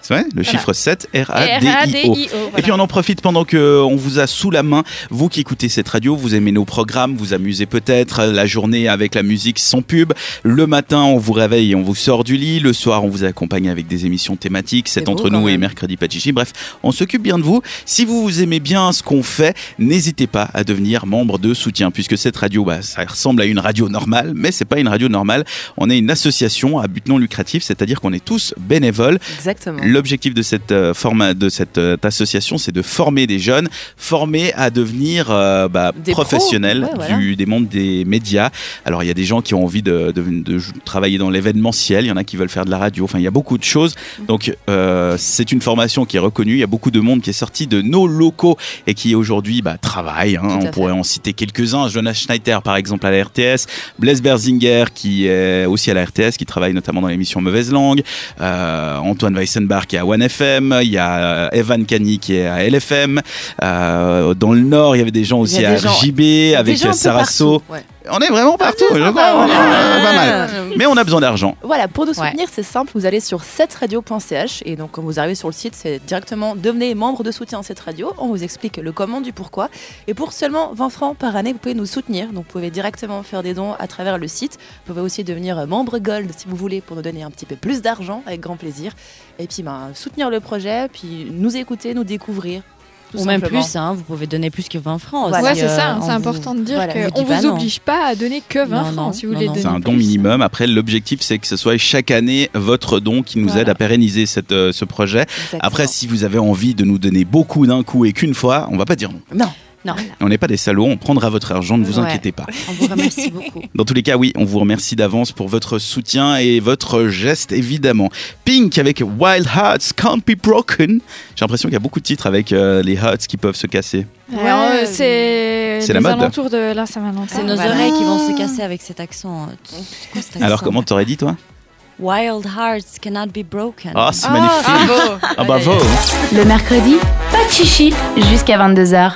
C'est vrai Le chiffre 7, R-A-D-I-O.
R-A-D-I-O.
Et puis on en profite pendant que euh, on vous a sous la main, vous qui écoutez cette radio, vous aimez nos programmes, vous amusez peut-être euh, la journée avec la musique sans pub, le matin on vous réveille et on vous sort du lit, le soir on vous accompagne avec des émissions thématiques, c'est
beau
entre
quand
nous et
même.
mercredi pas de chichi. bref, on s'occupe bien de vous. Si vous vous aimez bien ce qu'on fait, n'hésitez pas à devenir membre de soutien puisque cette radio bah, ça ressemble à une radio normale, mais c'est pas une radio normale, on est une association à but non lucratif, c'est-à-dire qu'on est tous bénévoles
Exactement.
L'objectif de cette euh, forma- de cette euh, association, c'est de former des jeunes, former à devenir euh, bah,
Des pros.
professionnels
Ouais, voilà.
du, des mondes des médias. Alors il y a des gens qui ont envie de, de- de jou- travailler dans l'événementiel, il y en a qui veulent faire de la radio. Enfin, il y a beaucoup de choses.
Mm.
Donc euh, c'est une formation qui est reconnue. Il y a beaucoup de monde qui est sorti de nos locaux et qui aujourd'hui bah, travaille. hein.
Tout à
On
fait.
pourrait en citer quelques-uns. Jonas Schneider, par exemple, à la RTS. Blaise Berzinger, qui est aussi à la RTS, qui travaille notamment dans l'émission Mauvaise Langue. Euh, Antoine Weissenbach qui est à 1FM. Il y a euh, Evan Cani qui est à LFM. Euh, dans le Nord, il y avait des gens aussi
y a
à
des gens-
RJB, avec
Déjà un peu
Sarasso.
partout, Ah, ouais.
On est vraiment partout. je crois.
ouais.
Euh, Pas mal.
Ah.
Mais on a besoin d'argent.
Voilà, pour nous
Ouais.
soutenir, c'est simple, vous allez sur 7radio.ch et donc quand vous arrivez sur le site, c'est directement devenez membre de soutien à cette radio, on vous explique le comment du pourquoi et pour seulement 20 francs par année, vous pouvez nous soutenir. Donc vous pouvez directement faire des dons à travers le site. Vous pouvez aussi devenir membre gold si vous voulez pour nous donner un petit peu plus d'argent avec grand plaisir et puis ben, soutenir le projet, puis nous écouter, nous découvrir. tout
Ou même
simplement.
plus, hein, vous pouvez donner plus que 20 francs.
Voilà.
Ouais,
si,
c'est
euh,
ça,
on
c'est
vous-
important de dire
voilà,
que
on vous
qu'on
dit pas
vous
non.
oblige pas à donner que 20
Non,
francs
non,
si vous
non,
voulez
non.
donner.
C'est un don
plus.
minimum. Après, l'objectif, c'est que ce soit chaque année votre don qui nous
Voilà.
aide à pérenniser cette, euh, ce projet.
Exactement.
Après, si vous avez envie de nous donner beaucoup d'un coup et qu'une fois, on va pas dire non.
Non.
Non.
On n'est pas des salauds, on prendra votre argent, ne vous
Ouais.
inquiétez pas.
On vous remercie beaucoup.
Dans tous les cas, oui, on vous remercie d'avance pour votre soutien et votre geste, évidemment. Pink avec Wild Hearts Can't Be Broken. J'ai l'impression qu'il y a beaucoup de titres avec euh, les hearts qui peuvent se casser.
Alors, euh, c'est
C'est la
les
mode.
alentours de la Saint-Valentin.
C'est nos
Voilà. Oh.
oreilles euh, qui vont se casser avec cet accent. C'est quoi cet accent
Alors, comment t'aurais dit, toi
Wild Hearts Cannot Be Broken.
Ah, c'est magnifique. Ah, bravo.
Le mercredi, pas de chichi jusqu'à 22h.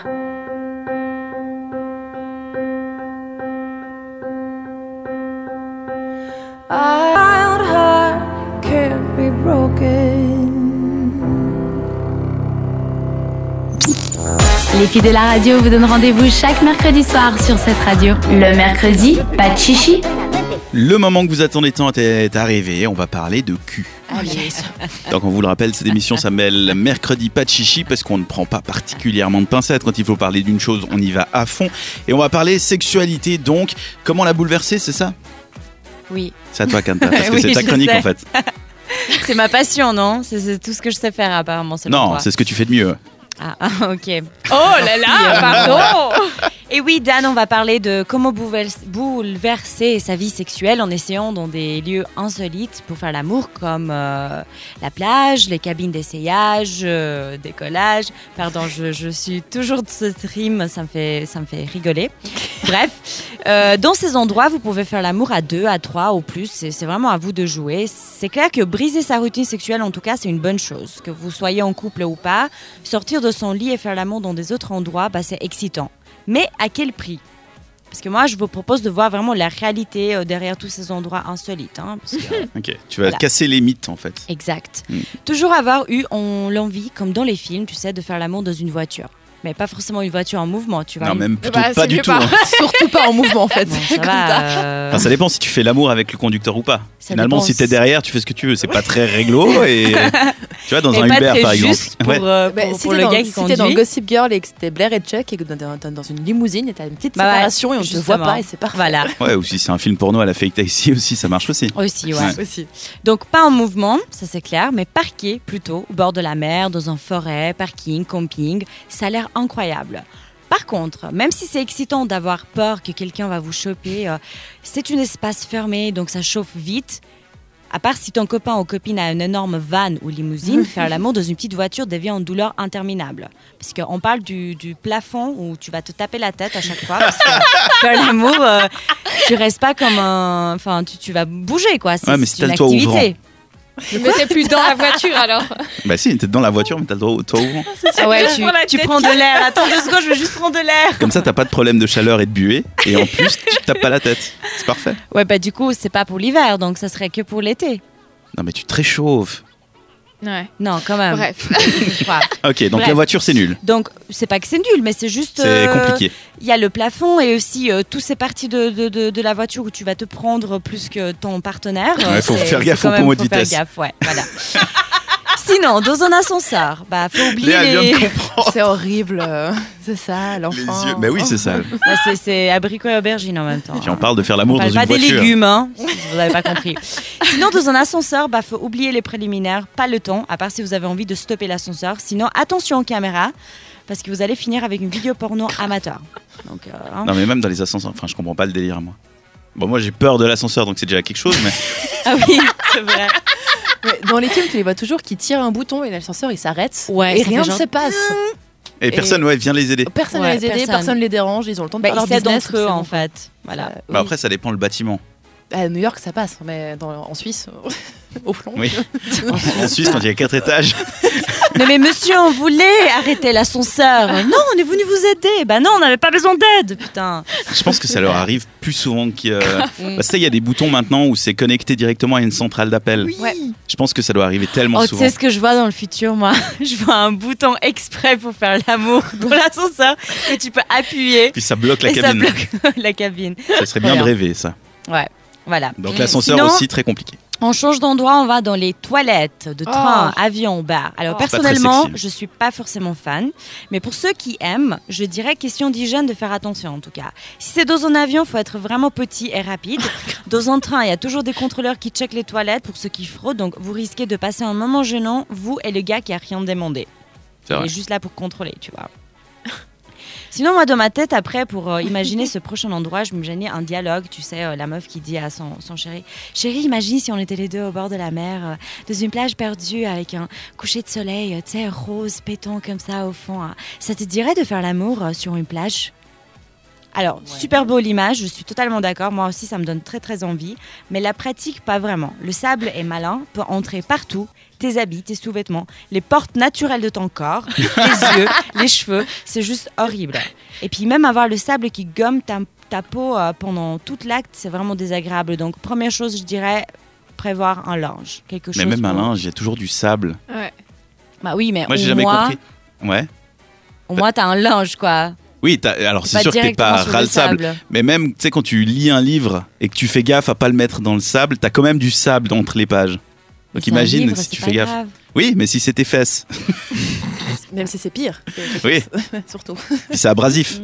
Wild heart can't be broken.
Les filles de la radio vous donnent rendez-vous chaque mercredi soir sur cette radio. Le mercredi, pas de chichi.
Le moment que vous attendez tant est arrivé. On va parler de cul. Donc, on vous le rappelle, cette émission s'appelle Mercredi pas de chichi parce qu'on ne prend pas particulièrement de pincettes. Quand il faut parler d'une chose, on y va à fond. Et on va parler sexualité, donc. Comment la bouleverser, c'est ça
Oui,
C'est à toi, Kanta, parce que
Oui,
c'est ta
je
chronique,
sais.
en fait.
c'est ma passion, non C'est- C'est tout ce que je sais faire apparemment. selon
Non,
toi.
c'est ce que tu fais de mieux.
Ah, ah, ok. euh,
Oh là là, pardon
Et oui, Dan, on va parler de comment bouleverse- bouleverser sa vie sexuelle en essayant dans des lieux insolites pour faire l'amour, comme euh, la plage, les cabines d'essayage, euh, décollage. Pardon, je, je suis toujours de ce rime, ça me fait, ça me fait rigoler. Bref, euh, dans ces endroits, vous pouvez faire l'amour à deux, à trois ou plus. C'est c'est vraiment à vous de jouer. C'est clair que briser sa routine sexuelle, en tout cas, c'est une bonne chose. Que vous soyez en couple ou pas, sortir de son lit et faire l'amour dans des autres endroits, bah, c'est excitant. Mais à quel prix Parce que moi, je vous propose de voir vraiment la réalité euh, derrière tous ces endroits insolites. hein, parce que-
Ok. Tu vas
Voilà.
casser les mythes, en fait.
exact.
Mm.
Toujours avoir eu on, l'envie, comme dans les films, tu sais, de faire l'amour dans une voiture. Mais pas forcément une voiture en mouvement, tu vois.
Non,
Une-
même plutôt
Bah,
pas
c'est
du
mieux
tout.
pas.
hein.
Surtout pas en mouvement en fait.
Bon, ça
Comme
va,
ça.
euh,
Enfin, ça dépend si tu fais l'amour avec le conducteur ou pas.
Ça
Finalement,
dépend
si t'es
si-
derrière, tu fais ce que tu veux. C'est pas très réglo. Et tu vois, dans
et
un
pas
Uber,
très
par exemple.
juste pour,
Ouais.
euh,
Bah,
pour-
si
pour
t'es
le
dans,
gars qui
si t'es dans
conduit.
Gossip Girl et que t'es Blair et Chuck et que t'es dans, dans une limousine et t'as une petite
Bah ouais,
séparation et on te voit
justement.
pas et c'est parfait.
Voilà,
Ouais, ou si c'est un film porno à la fake taxi aussi, ça marche aussi.
aussi, ouais.
Ouais.
Aussi.
Donc pas en mouvement, ça c'est clair, mais parqué plutôt, au bord de la mer, dans un forêt, parking, camping, ça a l'air incroyable. Par contre, même si c'est excitant d'avoir peur que quelqu'un va vous choper, euh, c'est un espace fermé, donc ça chauffe vite. À part si ton copain ou copine a une énorme van ou limousine, faire l'amour dans une petite voiture devient une douleur interminable. Parce qu'on parle du, du plafond où tu vas te taper la tête à chaque fois. Parce que faire l'amour, euh, tu restes pas comme un... Enfin, tu, tu vas bouger, quoi. C'est
Ouais, mais
c'est
si
une
t'as le toit
activité.
ouvrant.
Mais c'est plus dans la voiture alors.
Bah si, t'es dans la voiture, mais t'as le droit au toit ouvrant.
Ah ouais, tu,
Pour la
tu
tête.
prends de l'air. Attends deux secondes, je vais juste prendre de l'air.
Comme ça, t'as pas de problème de chaleur et de buée. Et en plus, tu te tapes pas la tête. C'est parfait.
Ouais, bah du coup, c'est pas pour l'hiver, donc ça serait que pour l'été.
Non, mais tu te réchauffes.
Ouais.
Non, quand même.
Bref.
Ouais.
Ok, donc
Bref.
la voiture, c'est nul.
Donc, c'est pas que c'est nul, mais c'est juste.
C'est
euh,
compliqué.
Il y a le plafond et aussi euh, tous ces parties de, de, de, de la voiture où tu vas te prendre plus que ton partenaire.
Ouais, faut
C'est-
faire
c'est
gaffe
quand
au
même-
pommeau de
faut faire
vitesse.
gaffe, ouais, voilà. Sinon, dans un ascenseur, bah faut oublier
Léa
les.
vient de comprendre.
C'est horrible. euh, c'est ça,
Les
l'enfant.
yeux. Bah oui, c'est ça.
Bah, c'est- c'est abricot et aubergine en même temps.
Et puis
hein.
on parle de faire l'amour dans
parle
une
pas des
voiture.
légumes, hein, si vous n'avez pas compris. Sinon, dans un ascenseur, bah, faut oublier les préliminaires, pas le temps, à part si vous avez envie de stopper l'ascenseur. Sinon, attention aux caméras, parce que vous allez finir avec une vidéo porno amateur. Donc, euh, hein.
Non, mais même dans les ascenseurs. Enfin, je comprends pas le délire, moi. Bon, moi, j'ai peur de l'ascenseur, donc c'est déjà quelque chose. Mais
Ah oui, c'est vrai.
Mais dans les films, tu les vois toujours qui tirent un bouton et l'ascenseur il s'arrête.
Ouais,
et
ça
rien
fait
ne
genre- Mmh.
se passe.
et personne, ouais, vient les aider.
Personne ne
Ouais,
les aide, personne.
personne.
ne les dérange, ils ont le temps de
Bah,
faire
ils
leur
s'aident
business.
entre eux,
c'est
en
bon.
fait. Voilà.
Euh,
Bah,
oui.
après, ça dépend le bâtiment.
À New York, ça passe, mais dans- en Suisse, au flanc.
Oui. En Suisse, quand il y a quatre étages,
Non, mais monsieur, on voulait arrêter l'ascenseur. Non, on est venu vous aider. Bah non, on n'avait pas besoin d'aide, putain.
je pense que ça leur arrive plus souvent que. Bah, tu sais, il y a des boutons maintenant où c'est connecté directement à une centrale d'appel.
Ouais.
Je pense que ça doit arriver tellement
Oh, tu
souvent.
sais ce que je vois dans le futur, moi Je vois un bouton exprès pour faire l'amour dans l'ascenseur que tu peux appuyer
Puis ça bloque la
et
cabine.
ça bloque la cabine.
Ça, serait bien de
Voilà.
rêver, ça.
Voilà.
Donc l'ascenseur
Sinon-
aussi, très compliqué.
On change d'endroit, on va dans les toilettes de train, avion, bar. Alors
C'est pas très
personnellement,
sexy.
je suis pas forcément fan, mais pour ceux qui aiment, je dirais question d'hygiène de faire attention en tout cas. Si c'est dans un avion, faut être vraiment petit et rapide. Dans un train, il y a toujours des contrôleurs qui checkent les toilettes pour ceux qui fraudent, donc vous risquez de passer un moment gênant, vous et le gars qui a rien demandé.
C'est
Il
vrai.
est juste là pour contrôler, tu vois. Sinon, moi, dans ma tête, après, pour euh, imaginer ce prochain endroit, je me gênais un dialogue, tu sais, euh, la meuf qui dit à son, son chéri Chéri, imagine si on était les deux au bord de la mer, euh, dans une plage perdue, avec un coucher de soleil, euh, tu sais, rose, pétant comme ça au fond. hein. Ça te dirait de faire l'amour euh, sur une plage Alors, super beau l'image, je suis totalement d'accord. Moi aussi, ça me donne très très envie. Mais la pratique, pas vraiment. Le sable est malin, peut entrer partout. Tes habits, tes sous-vêtements, les portes naturelles de ton corps, tes yeux, les cheveux. C'est juste horrible. Et puis même avoir le sable qui gomme ta, ta peau euh, pendant tout l'acte, c'est vraiment désagréable. Donc, première chose, je dirais prévoir un linge. Quelque
Mais
chose
même un
pour-
linge, il y a toujours du sable.
Bah oui, mais
Moi,
au
j'ai jamais
moins-
compris. Ouais.
Au moins, t'as un linge, quoi.
Oui, t'as- alors c'est
Pas
sûr que t'es
Bah, directement
pas
sur le
ras le sable.
sable.
Mais même, tu sais, quand tu lis un livre et que tu fais gaffe à pas le mettre dans le sable, t'as quand même du sable entre les pages. Donc
C'est un
imagine
livre,
si
c'est
tu
pas
fais gaffe.
grave.
Oui, mais si c'est tes fesses,
Même si c'est pire. que-
Oui.
Surtout.
puis c'est abrasif.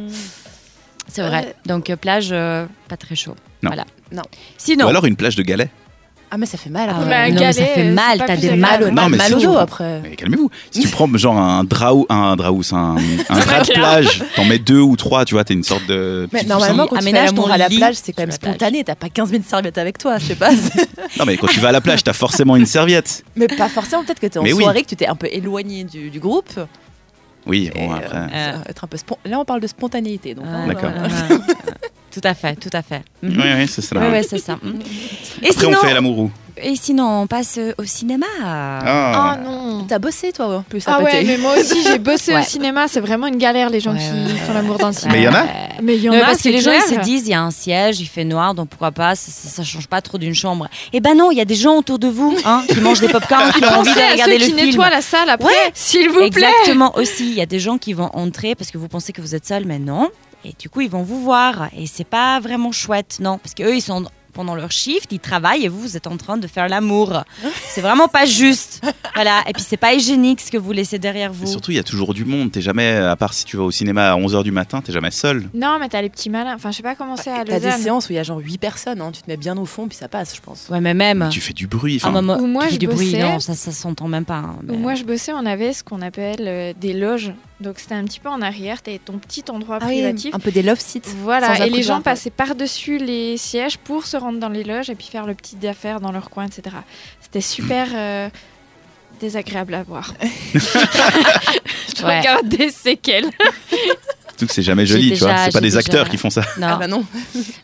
C'est vrai. Donc euh, plage, euh, pas très chaud.
Non.
Voilà.
Non.
Sinon,
Ou alors une plage de galets.
Ah, mais ça fait mal.
Ah
après.
ouais,
Mais un
non, mais ça
galet,
fait
euh,
mal,
c'est pas
t'as
plus
des mal
agréable.
au
Non, mais
mal
si
au
tu
dos
prends-
Euh.
après.
Mais calmez-vous. Si tu prends genre un draou, un draous, un, un drap de plage, t'en mets deux ou trois, tu vois, t'es une sorte de.
Mais
tu-
normalement, quand tu fais
Aménage
l'amour
ton
à la
lit
plage, c'est quand même
sur la plage.
spontané. T'as pas 15 000 serviettes avec toi, je sais pas.
Non, mais quand tu vas à la plage, t'as forcément une serviette.
mais pas forcément. Peut-être que t'es en
Mais oui.
soirée, que tu t'es un peu éloigné du, du groupe.
Oui,
Et,
bon, après.
euh,
Ah.
ça va être un peu spon- Là, on parle de spontanéité. Donc, hein,
D'accord.
voilà.
tout à fait, tout à fait. Mhm.
Oui, oui, c'est ça.
Ouais, ouais, c'est ça. Mhm. Et
Après,
sinon,
on fait l'amour où
et sinon, on passe euh, au cinéma.
Oh
Ah.
non
T'as bossé, toi, en plus, à
Ah ouais,
côté.
mais moi aussi j'ai bossé au
Ouais.
cinéma, c'est vraiment une galère les gens
Ouais,
qui
ouais,
font l'amour dans le cinéma.
Mais il y en a
Mais il y en
Non,
a,
Euh, parce que
c'est
les gens ils
clair.
se disent il y a un siège, il fait noir, donc pourquoi pas, ça, ça- ça change pas trop d'une chambre. Eh ben non, il y a des gens autour de vous hein, qui mangent des popcorns, qui ont envie
Pensez
de
à
regarder
ceux
le
qui
film.
nettoient la salle après,
Ouais.
s'il vous plaît.
Exactement aussi. Il y a des gens qui vont entrer parce que vous pensez que vous êtes seul, mais non. Et du coup, ils vont vous voir. Et c'est pas vraiment chouette, non. Parce qu'eux, ils sont pendant leur shift, ils travaillent et vous, vous êtes en train de faire l'amour. C'est vraiment pas juste. Voilà. Et puis, c'est pas hygiénique ce que vous laissez derrière
Et
vous.
surtout, il y a toujours du monde. T'es jamais, à part si tu vas au cinéma à 11h du matin, t'es jamais seul.
Non, mais t'as les petits malins. Enfin, je sais pas comment c'est à
T'as des
Lausanne.
séances où il y a genre 8 personnes. hein, Tu te mets bien au fond, puis ça passe, je pense.
Ouais, mais même.
Tu fais du bruit.
Ah,
Enfin,
moi, moi,
Ou moi,
tu fais
je
du bruit,
bossais.
non, ça, ça s'entend même pas. hein, mais-
Où moi je bossais, on avait ce qu'on appelle euh, des loges. Donc c'était un petit peu en arrière, t'avais ton petit endroit privatif.
Ah Un peu des love sites. sans
Voilà, et les
accoudoir,
gens
quoi.
passaient par-dessus les sièges pour se rendre dans les loges et puis faire le petit affaire dans leur coin, etc. C'était super euh, désagréable à voir. je te
Ouais.
regarde des séquelles.
Surtout que c'est jamais
J'ai
joli, tu
déjà-
vois. C'est pas
j'ai
des
déjà-
acteurs qui font ça.
Non.
Ah bah non.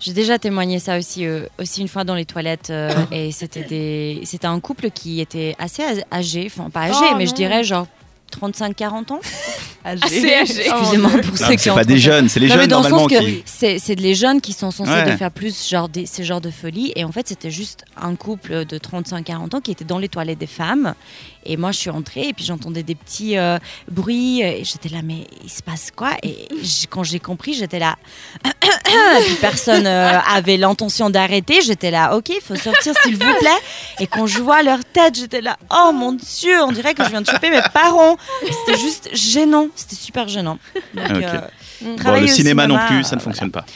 J'ai déjà témoigné ça aussi, euh, aussi une fois dans les toilettes. euh,
Ah.
et c'était des, c'était un couple qui était assez a- âgé, enfin pas âgé,
Oh,
mais je
non.
dirais genre 35-40 ans.
Assez âgés.
Excusez-moi pour
Non,
ceux
mais
qui
C'est
ont
pas des jeunes, c'est les
Non, mais
jeunes
dans le
normalement
sens que
qui.
c'est, c'est les jeunes qui sont censés
Ouais.
de faire plus genre des, ces genres de folies. Et en fait, c'était juste un couple de 35-40 ans qui était dans les toilettes des femmes. Et moi, je suis entrée et puis j'entendais des petits euh, bruits. Et j'étais là, mais il se passe quoi Et j- quand j'ai compris, j'étais là. Et puis personne euh, avait l'intention d'arrêter. J'étais là, ok, il faut sortir s'il vous plaît. Et quand je vois leur tête, j'étais là, oh mon Dieu, on dirait que je viens de choper mes parents. C'était juste gênant. C'était super gênant. Donc,
Ah, ok.
euh,
Bon,
travailler
le
au
cinéma non
cinéma,
plus, ça ne
euh, voilà.
fonctionne pas.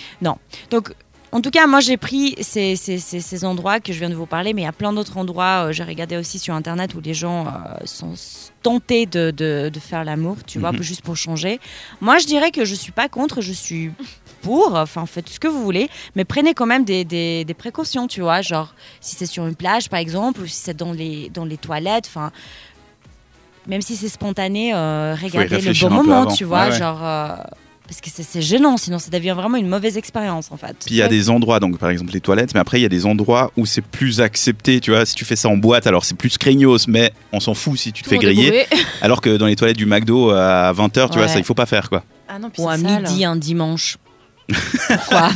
Donc, en tout cas, moi, j'ai pris ces, ces- ces- ces endroits que je viens de vous parler, mais il y a plein d'autres endroits. euh, j'ai regardé aussi sur Internet où les gens euh, sont s- tentés de, de- de faire l'amour, tu vois,
Mhm.
juste pour changer. Moi, je dirais que je suis pas contre, je suis pour. Enfin, faites ce que vous voulez, mais prenez quand même des, des- des précautions, tu vois. Genre, si c'est sur une plage, par exemple, ou si c'est dans les, dans les toilettes, enfin... Même si c'est spontané, euh, regardez le
réfléchir
bon
un peu
moment,
avant.
tu vois,
Ouais, ouais.
genre... euh, parce que c'est c'est gênant, sinon ça devient vraiment une mauvaise expérience, en fait.
Puis il y a des endroits, donc par exemple les toilettes, mais après il y a des endroits où c'est plus accepté, tu vois. Si tu fais ça en boîte, alors c'est plus craignos, mais on s'en fout si tu te fais griller. Alors que dans les toilettes du McDo euh, à 20h, tu vois,
Ouais.
ça il faut pas faire quoi.
Ah non, puis
Ou
c'est
à
sale.
midi un dimanche. Pourquoi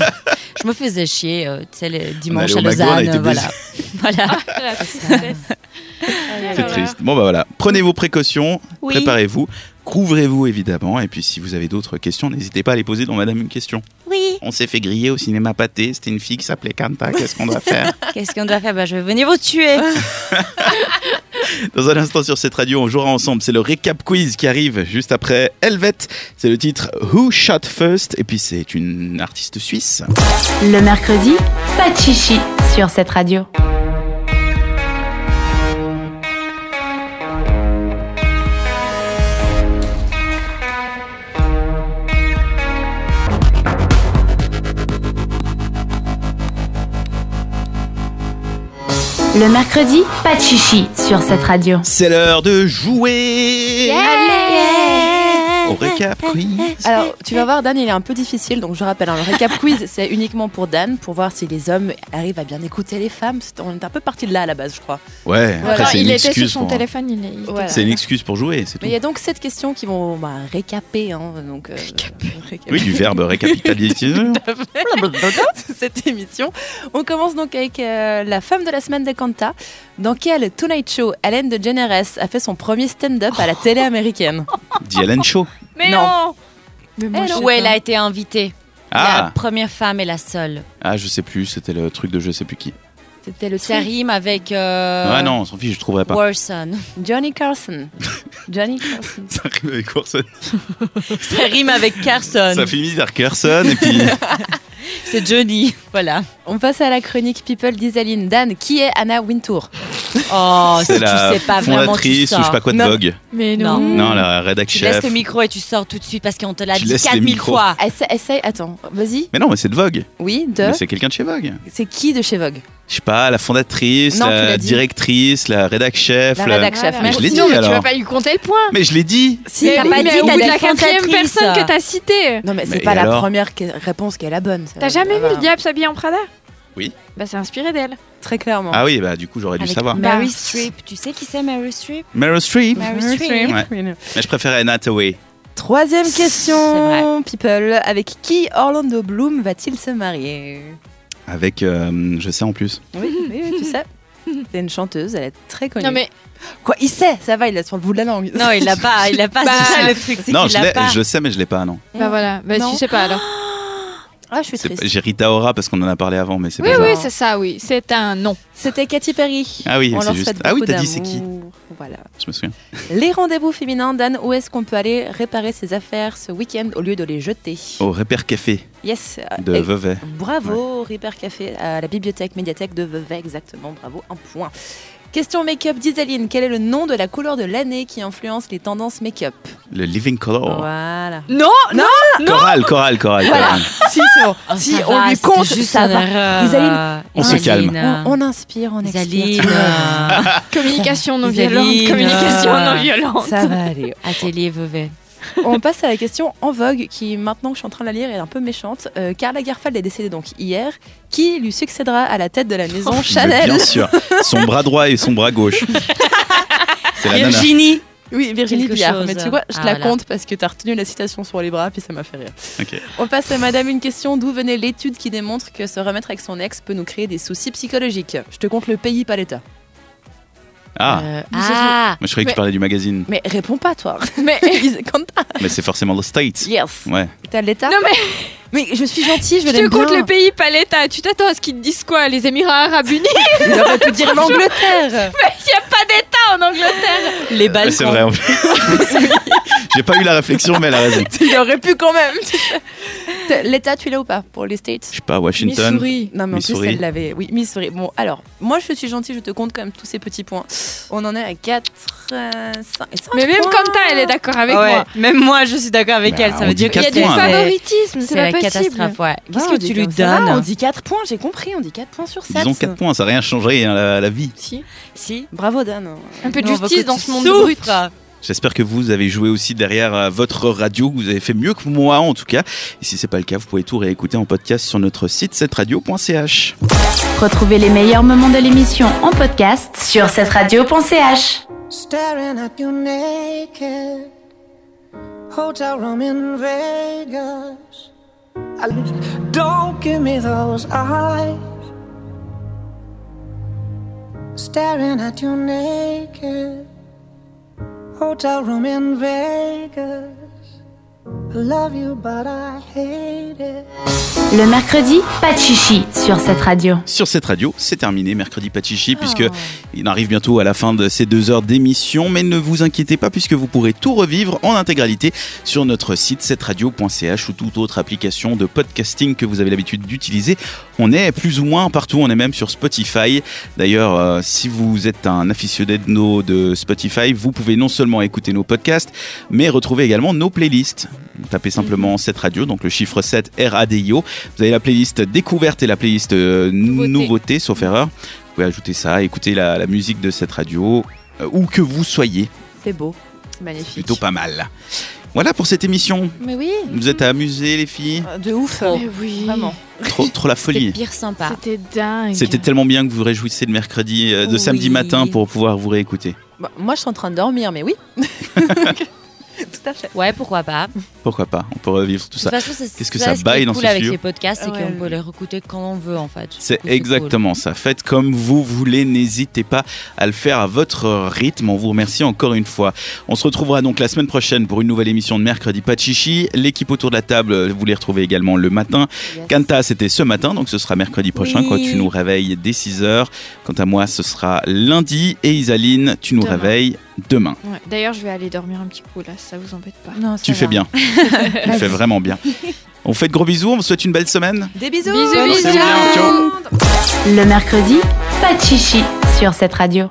Je me faisais chier, euh, tu sais, le dimanche
allait au
à
McDo, on a
Lausanne,
été
voilà. voilà.
Ah,
Ah,
C'est triste. Bon bah voilà, prenez vos précautions, préparez-vous, couvrez-vous évidemment, et puis si vous avez d'autres questions, n'hésitez pas à les poser dans Madame une question.
Oui.
On s'est fait griller au cinéma pâté, c'était une fille qui s'appelait Kanta, qu'est-ce qu'on doit faire
Qu'est-ce qu'on doit faire Bah, Je vais venir vous tuer.
Ah,
Dans un instant sur cette radio, on jouera ensemble. C'est le récap quiz qui arrive juste après Helvet. C'est le titre Who Shot First. Et puis c'est une artiste suisse.
Le mercredi, pas de chichi sur cette radio. Le mercredi, pas de chichi sur cette radio.
C'est l'heure de jouer.
Allez
au récap quiz.
Alors, tu vas voir, Dan, il est un peu difficile, donc je rappelle, hein, le récap quiz, c'est uniquement pour Dan, pour voir si les hommes arrivent à bien écouter les femmes. C'est- On est un peu parti de là à la base, je crois.
Ouais,
Voilà.
après
Alors,
c'est
il
une
était sur
excuse
son
pour
téléphone, il est. il était-
Voilà.
c'est une excuse pour jouer, c'est tout.
Mais il y a donc sept questions qui vont bah, récaper. hein, donc, euh, récaper.
Oui, du verbe récapitaliser.
cette émission. On commence donc avec euh, la femme de la semaine de Kanta. Dans quel Tonight Show Hélène DeGeneres a fait son premier stand-up à la télé américaine
Dylan Show.
Mais
Non.
non Mais moi, je sais
Où elle
pas.
a été invitée. La
Ah,
première femme et la seule.
ah, je sais plus, c'était le truc de je sais plus qui.
C'était le
Ça rime avec. euh,
Ah non, on s'en fiche, je trouverai pas.
Warson.
Johnny Carson. Johnny Carson.
Ça rime avec Orson.
Ça rime avec Carson.
Ça finit par Carson et puis
C'est Johnny. Voilà.
On passe à la chronique People d'Isaline. Dan, qui est Anna Wintour
Oh, si
c'est
tu
la
sais pas vraiment, tu
fondatrice ou je sais
sors.
pas quoi de
Non.
Vogue.
Mais
Non.
non.
Non, la rédac
Tu laisses
chef.
le micro et tu sors tout de suite parce qu'on te l'a
Tu
dit
laisses les
4000
micros.
fois.
Essaye, essaye, attends, vas-y.
Mais non, mais c'est de Vogue.
Oui, de.
Mais c'est quelqu'un de chez Vogue.
C'est qui de chez Vogue
Je sais pas, la fondatrice,
Non, tu
la
l'as dit.
directrice, la rédac chef.
La
la-
rédac chef.
Voilà.
Mais je l'ai dit,
Non, mais
alors.
Tu vas pas lui compter le point.
Mais je l'ai dit.
Si,
Mais
elle
t'as
a
pas
dit-
dit,
au
t'as
bout de
dit
la quatrième
fondatrice.
personne que t'as citée.
Non, mais c'est
Mais
pas la
alors
première que- réponse qui est la bonne. ça.
T'as jamais vu
Voilà.
le diable s'habiller en Prada
Oui.
Bah c'est inspiré d'elle.
Très clairement.
Ah oui, bah du coup j'aurais dû
Avec
savoir.
Mary
Bah.
Streep. Tu sais qui c'est Mary Streep
Meryl Streep.
Mary Streep.
Ouais. Mais je préférais Anna Hathaway.
Troisième question,
vrai.
people. Avec qui Orlando Bloom va-t-il se marier
Avec, euh, je sais en plus.
Oui, oui, oui, tu sais. C'est une chanteuse, elle est très connue.
Non mais
Quoi, il sait, ça va, il l'a sur le bout de la langue.
Non, il l'a pas. Il l'a pas.
Bah,
c'est ça le truc. C'est
Non,
qu'il
je,
l'a
l'ai-
pas.
je sais, mais je l'ai pas, non.
bah voilà, bah
Non.
tu sais pas alors.
Ah, je suis
C'est-
triste.
J'ai Rita Ora parce qu'on en a parlé avant, mais c'est
Oui
pas ça.
oui, c'est ça oui, c'est un nom.
C'était Katy Perry.
Ah oui,
On
c'est
leur
juste.
souhaite
Ah oui,
beaucoup
t'as dit c'est qui
d'amour. Voilà.
Je me souviens.
Les rendez-vous féminins, Dan, où est-ce qu'on peut aller réparer ses affaires ce week-end au lieu de les jeter
Au Repère Café
Yes. euh,
Oh. de
et-
Vevey.
Bravo, Ripper Café, à la bibliothèque médiathèque de Vevey, exactement. Bravo, un point. Question make-up d'Isaline. Quel est le nom de la couleur de l'année qui influence les tendances make-up
Le Living Color.
Voilà.
Non, non.
Coral, Coral, Coral,
Voilà. si, c'est bon.
Oh,
si
ça
on
va,
lui
c'était
compte,
juste
ça
une
va.
erreur. euh,
Isaline,
On se calme.
On, on inspire, on
Isaline. euh,
expire.
Communication non
Isaline,
violente, communication
euh,
non violente.
Ça va aller.
Atelier Vevey.
On passe à la question en vogue qui, maintenant que je suis en train de la lire, est un peu méchante. Euh, Karl Lagerfeld est décédée donc hier. Qui lui succédera à la tête de la maison
Mais
Chanel
Oh, Bien sûr. Son bras droit et son bras gauche. C'est la nana.
Virginie.
Oui, Virginie
Quelque
Billard.
chose.
Mais tu vois, je
Ah,
la
voilà.
compte parce que tu as retenu la citation sur les bras, puis ça m'a fait rire.
Ok.
On passe à madame une question. D'où venait l'étude qui démontre que se remettre avec son ex peut nous créer des soucis psychologiques Je te compte le pays, pas l'État.
Ah,
Euh,
Vous êtes-
ah.
moi je croyais que tu parlais du magazine.
Mais réponds pas, toi. Mais quand t'as.
Mais c'est forcément The States.
Yes.
Ouais.
T'as l'État
Non, mais-
Mais je suis gentille, je
Je
vais
te compte le pays paletta. Tu t'attends à ce qu'ils te disent quoi Les Émirats Arabes Unis
Il aurait pu dire l'Angleterre
Il n'y a pas d'État en Angleterre.
Les
Ouais, c'est vrai. en fait. J'ai pas eu la réflexion, mais elle a raison.
Il aurait pu quand même T'as- L'État, tu l'as ou pas Pour les States
Je sais pas, Washington.
Non, mais en plus,
Missouri.
elle l'avait. Oui, Missouri. Bon, alors, moi, je suis gentille, je te compte quand même tous ces petits points. On en est à euh, 4, 5,
Mais même Kanta, elle est d'accord avec moi.
Même moi, je suis d'accord avec
Bah,
elle. Ça
on
veut
dit
dire
Il y a
quatre
du
points. hein.
C'est-
favoritisme, c'est
C'est
pas
la
possible.
catastrophe, ouais. Qu'est-ce
Ah, on
que hein.
dit
tu lui
comme ça va, On
donnes
dit 4 points, j'ai compris, on dit 4 points sur 7.
Disons 4 points, ça n'a rien changé hein, la, la vie.
Si.
Si.
Bravo, Dan.
Un peu de
Nous, on veut
justice
que
dans
tu
ce monde
souffres.
brut.
J'espère que vous avez joué aussi derrière euh, votre radio, que vous avez fait mieux que moi en tout cas. Et si c'est pas le cas, vous pouvez tout réécouter en podcast sur notre site setradio.ch.
Retrouvez les meilleurs moments de l'émission en podcast sur cette radio.ch.
Staring at you naked. Hotel room in Vegas. I, don't give me those eyes. Staring at you naked. Hotel room in Vegas. I love you, but I hate it.
Le mercredi, pas de chichi sur cette radio.
sur cette radio. C'est terminé, mercredi pas de chichi, puisque il arrive bientôt à la fin de ces deux heures d'émission. Mais ne vous inquiétez pas, puisque vous pourrez tout revivre en intégralité sur notre site setradio.ch ou toute autre application de podcasting que vous avez l'habitude d'utiliser. On est plus ou moins partout, on est même sur Spotify. D'ailleurs, euh, si vous êtes un aficionado de Spotify, vous pouvez non seulement écouter nos podcasts, mais retrouver également nos playlists. Tapez simplement cette radio, donc le chiffre 7 RADIO. Vous avez la playlist découverte et la playlist euh, nouveauté. sauf erreur. Vous pouvez ajouter ça, écouter la, la musique de cette radio, euh, où que vous soyez.
C'est beau, c'est magnifique.
Plutôt pas mal. Voilà pour cette émission.
Mais oui.
Vous êtes amusés, les filles
Euh, De ouf.
Oh.
Mais oui.
Vraiment.
Trop, trop la
C'était
folie.
pire sympa.
C'était dingue.
C'était tellement bien que vous vous réjouissez de mercredi, euh, de
Oui.
samedi matin pour pouvoir vous réécouter.
Bah, moi, je suis en train de dormir, mais oui. Tout à fait.
Ouais, pourquoi pas. De
Pourquoi pas On peut revivre tout
toute
ça.
façon, c'est
Qu'est-ce que
ça,
ça
ce qui
baille
est
dans
cool
ce
avec
studio
les podcasts, c'est
Ouais.
qu'on peut les réécouter quand on veut en fait.
C'est
Du coup, cool.
exactement ça. Faites comme vous voulez, n'hésitez pas à le faire à votre rythme. On vous remercie encore une fois. On se retrouvera donc la semaine prochaine pour une nouvelle émission de mercredi pas de chichi. L'équipe autour de la table, euh, vous les retrouvez également le matin. Kanta, c'était ce matin, donc ce sera mercredi prochain
Oui.
quand tu nous réveilles dès 6h. Quant à moi, ce sera lundi. Et Isaline, tu nous
Demain.
réveilles demain.
Ouais. D'ailleurs, je vais aller dormir un petit coup là, si ça vous embête pas.
Non, ça
Tu fais
va.
bien. tu fais vraiment bien. On vous fait de gros bisous, on vous souhaite une belle semaine.
Des bisous.
Bisous,
Portez-vous bien. Ciao.
Le mercredi, pas de chichi sur cette radio.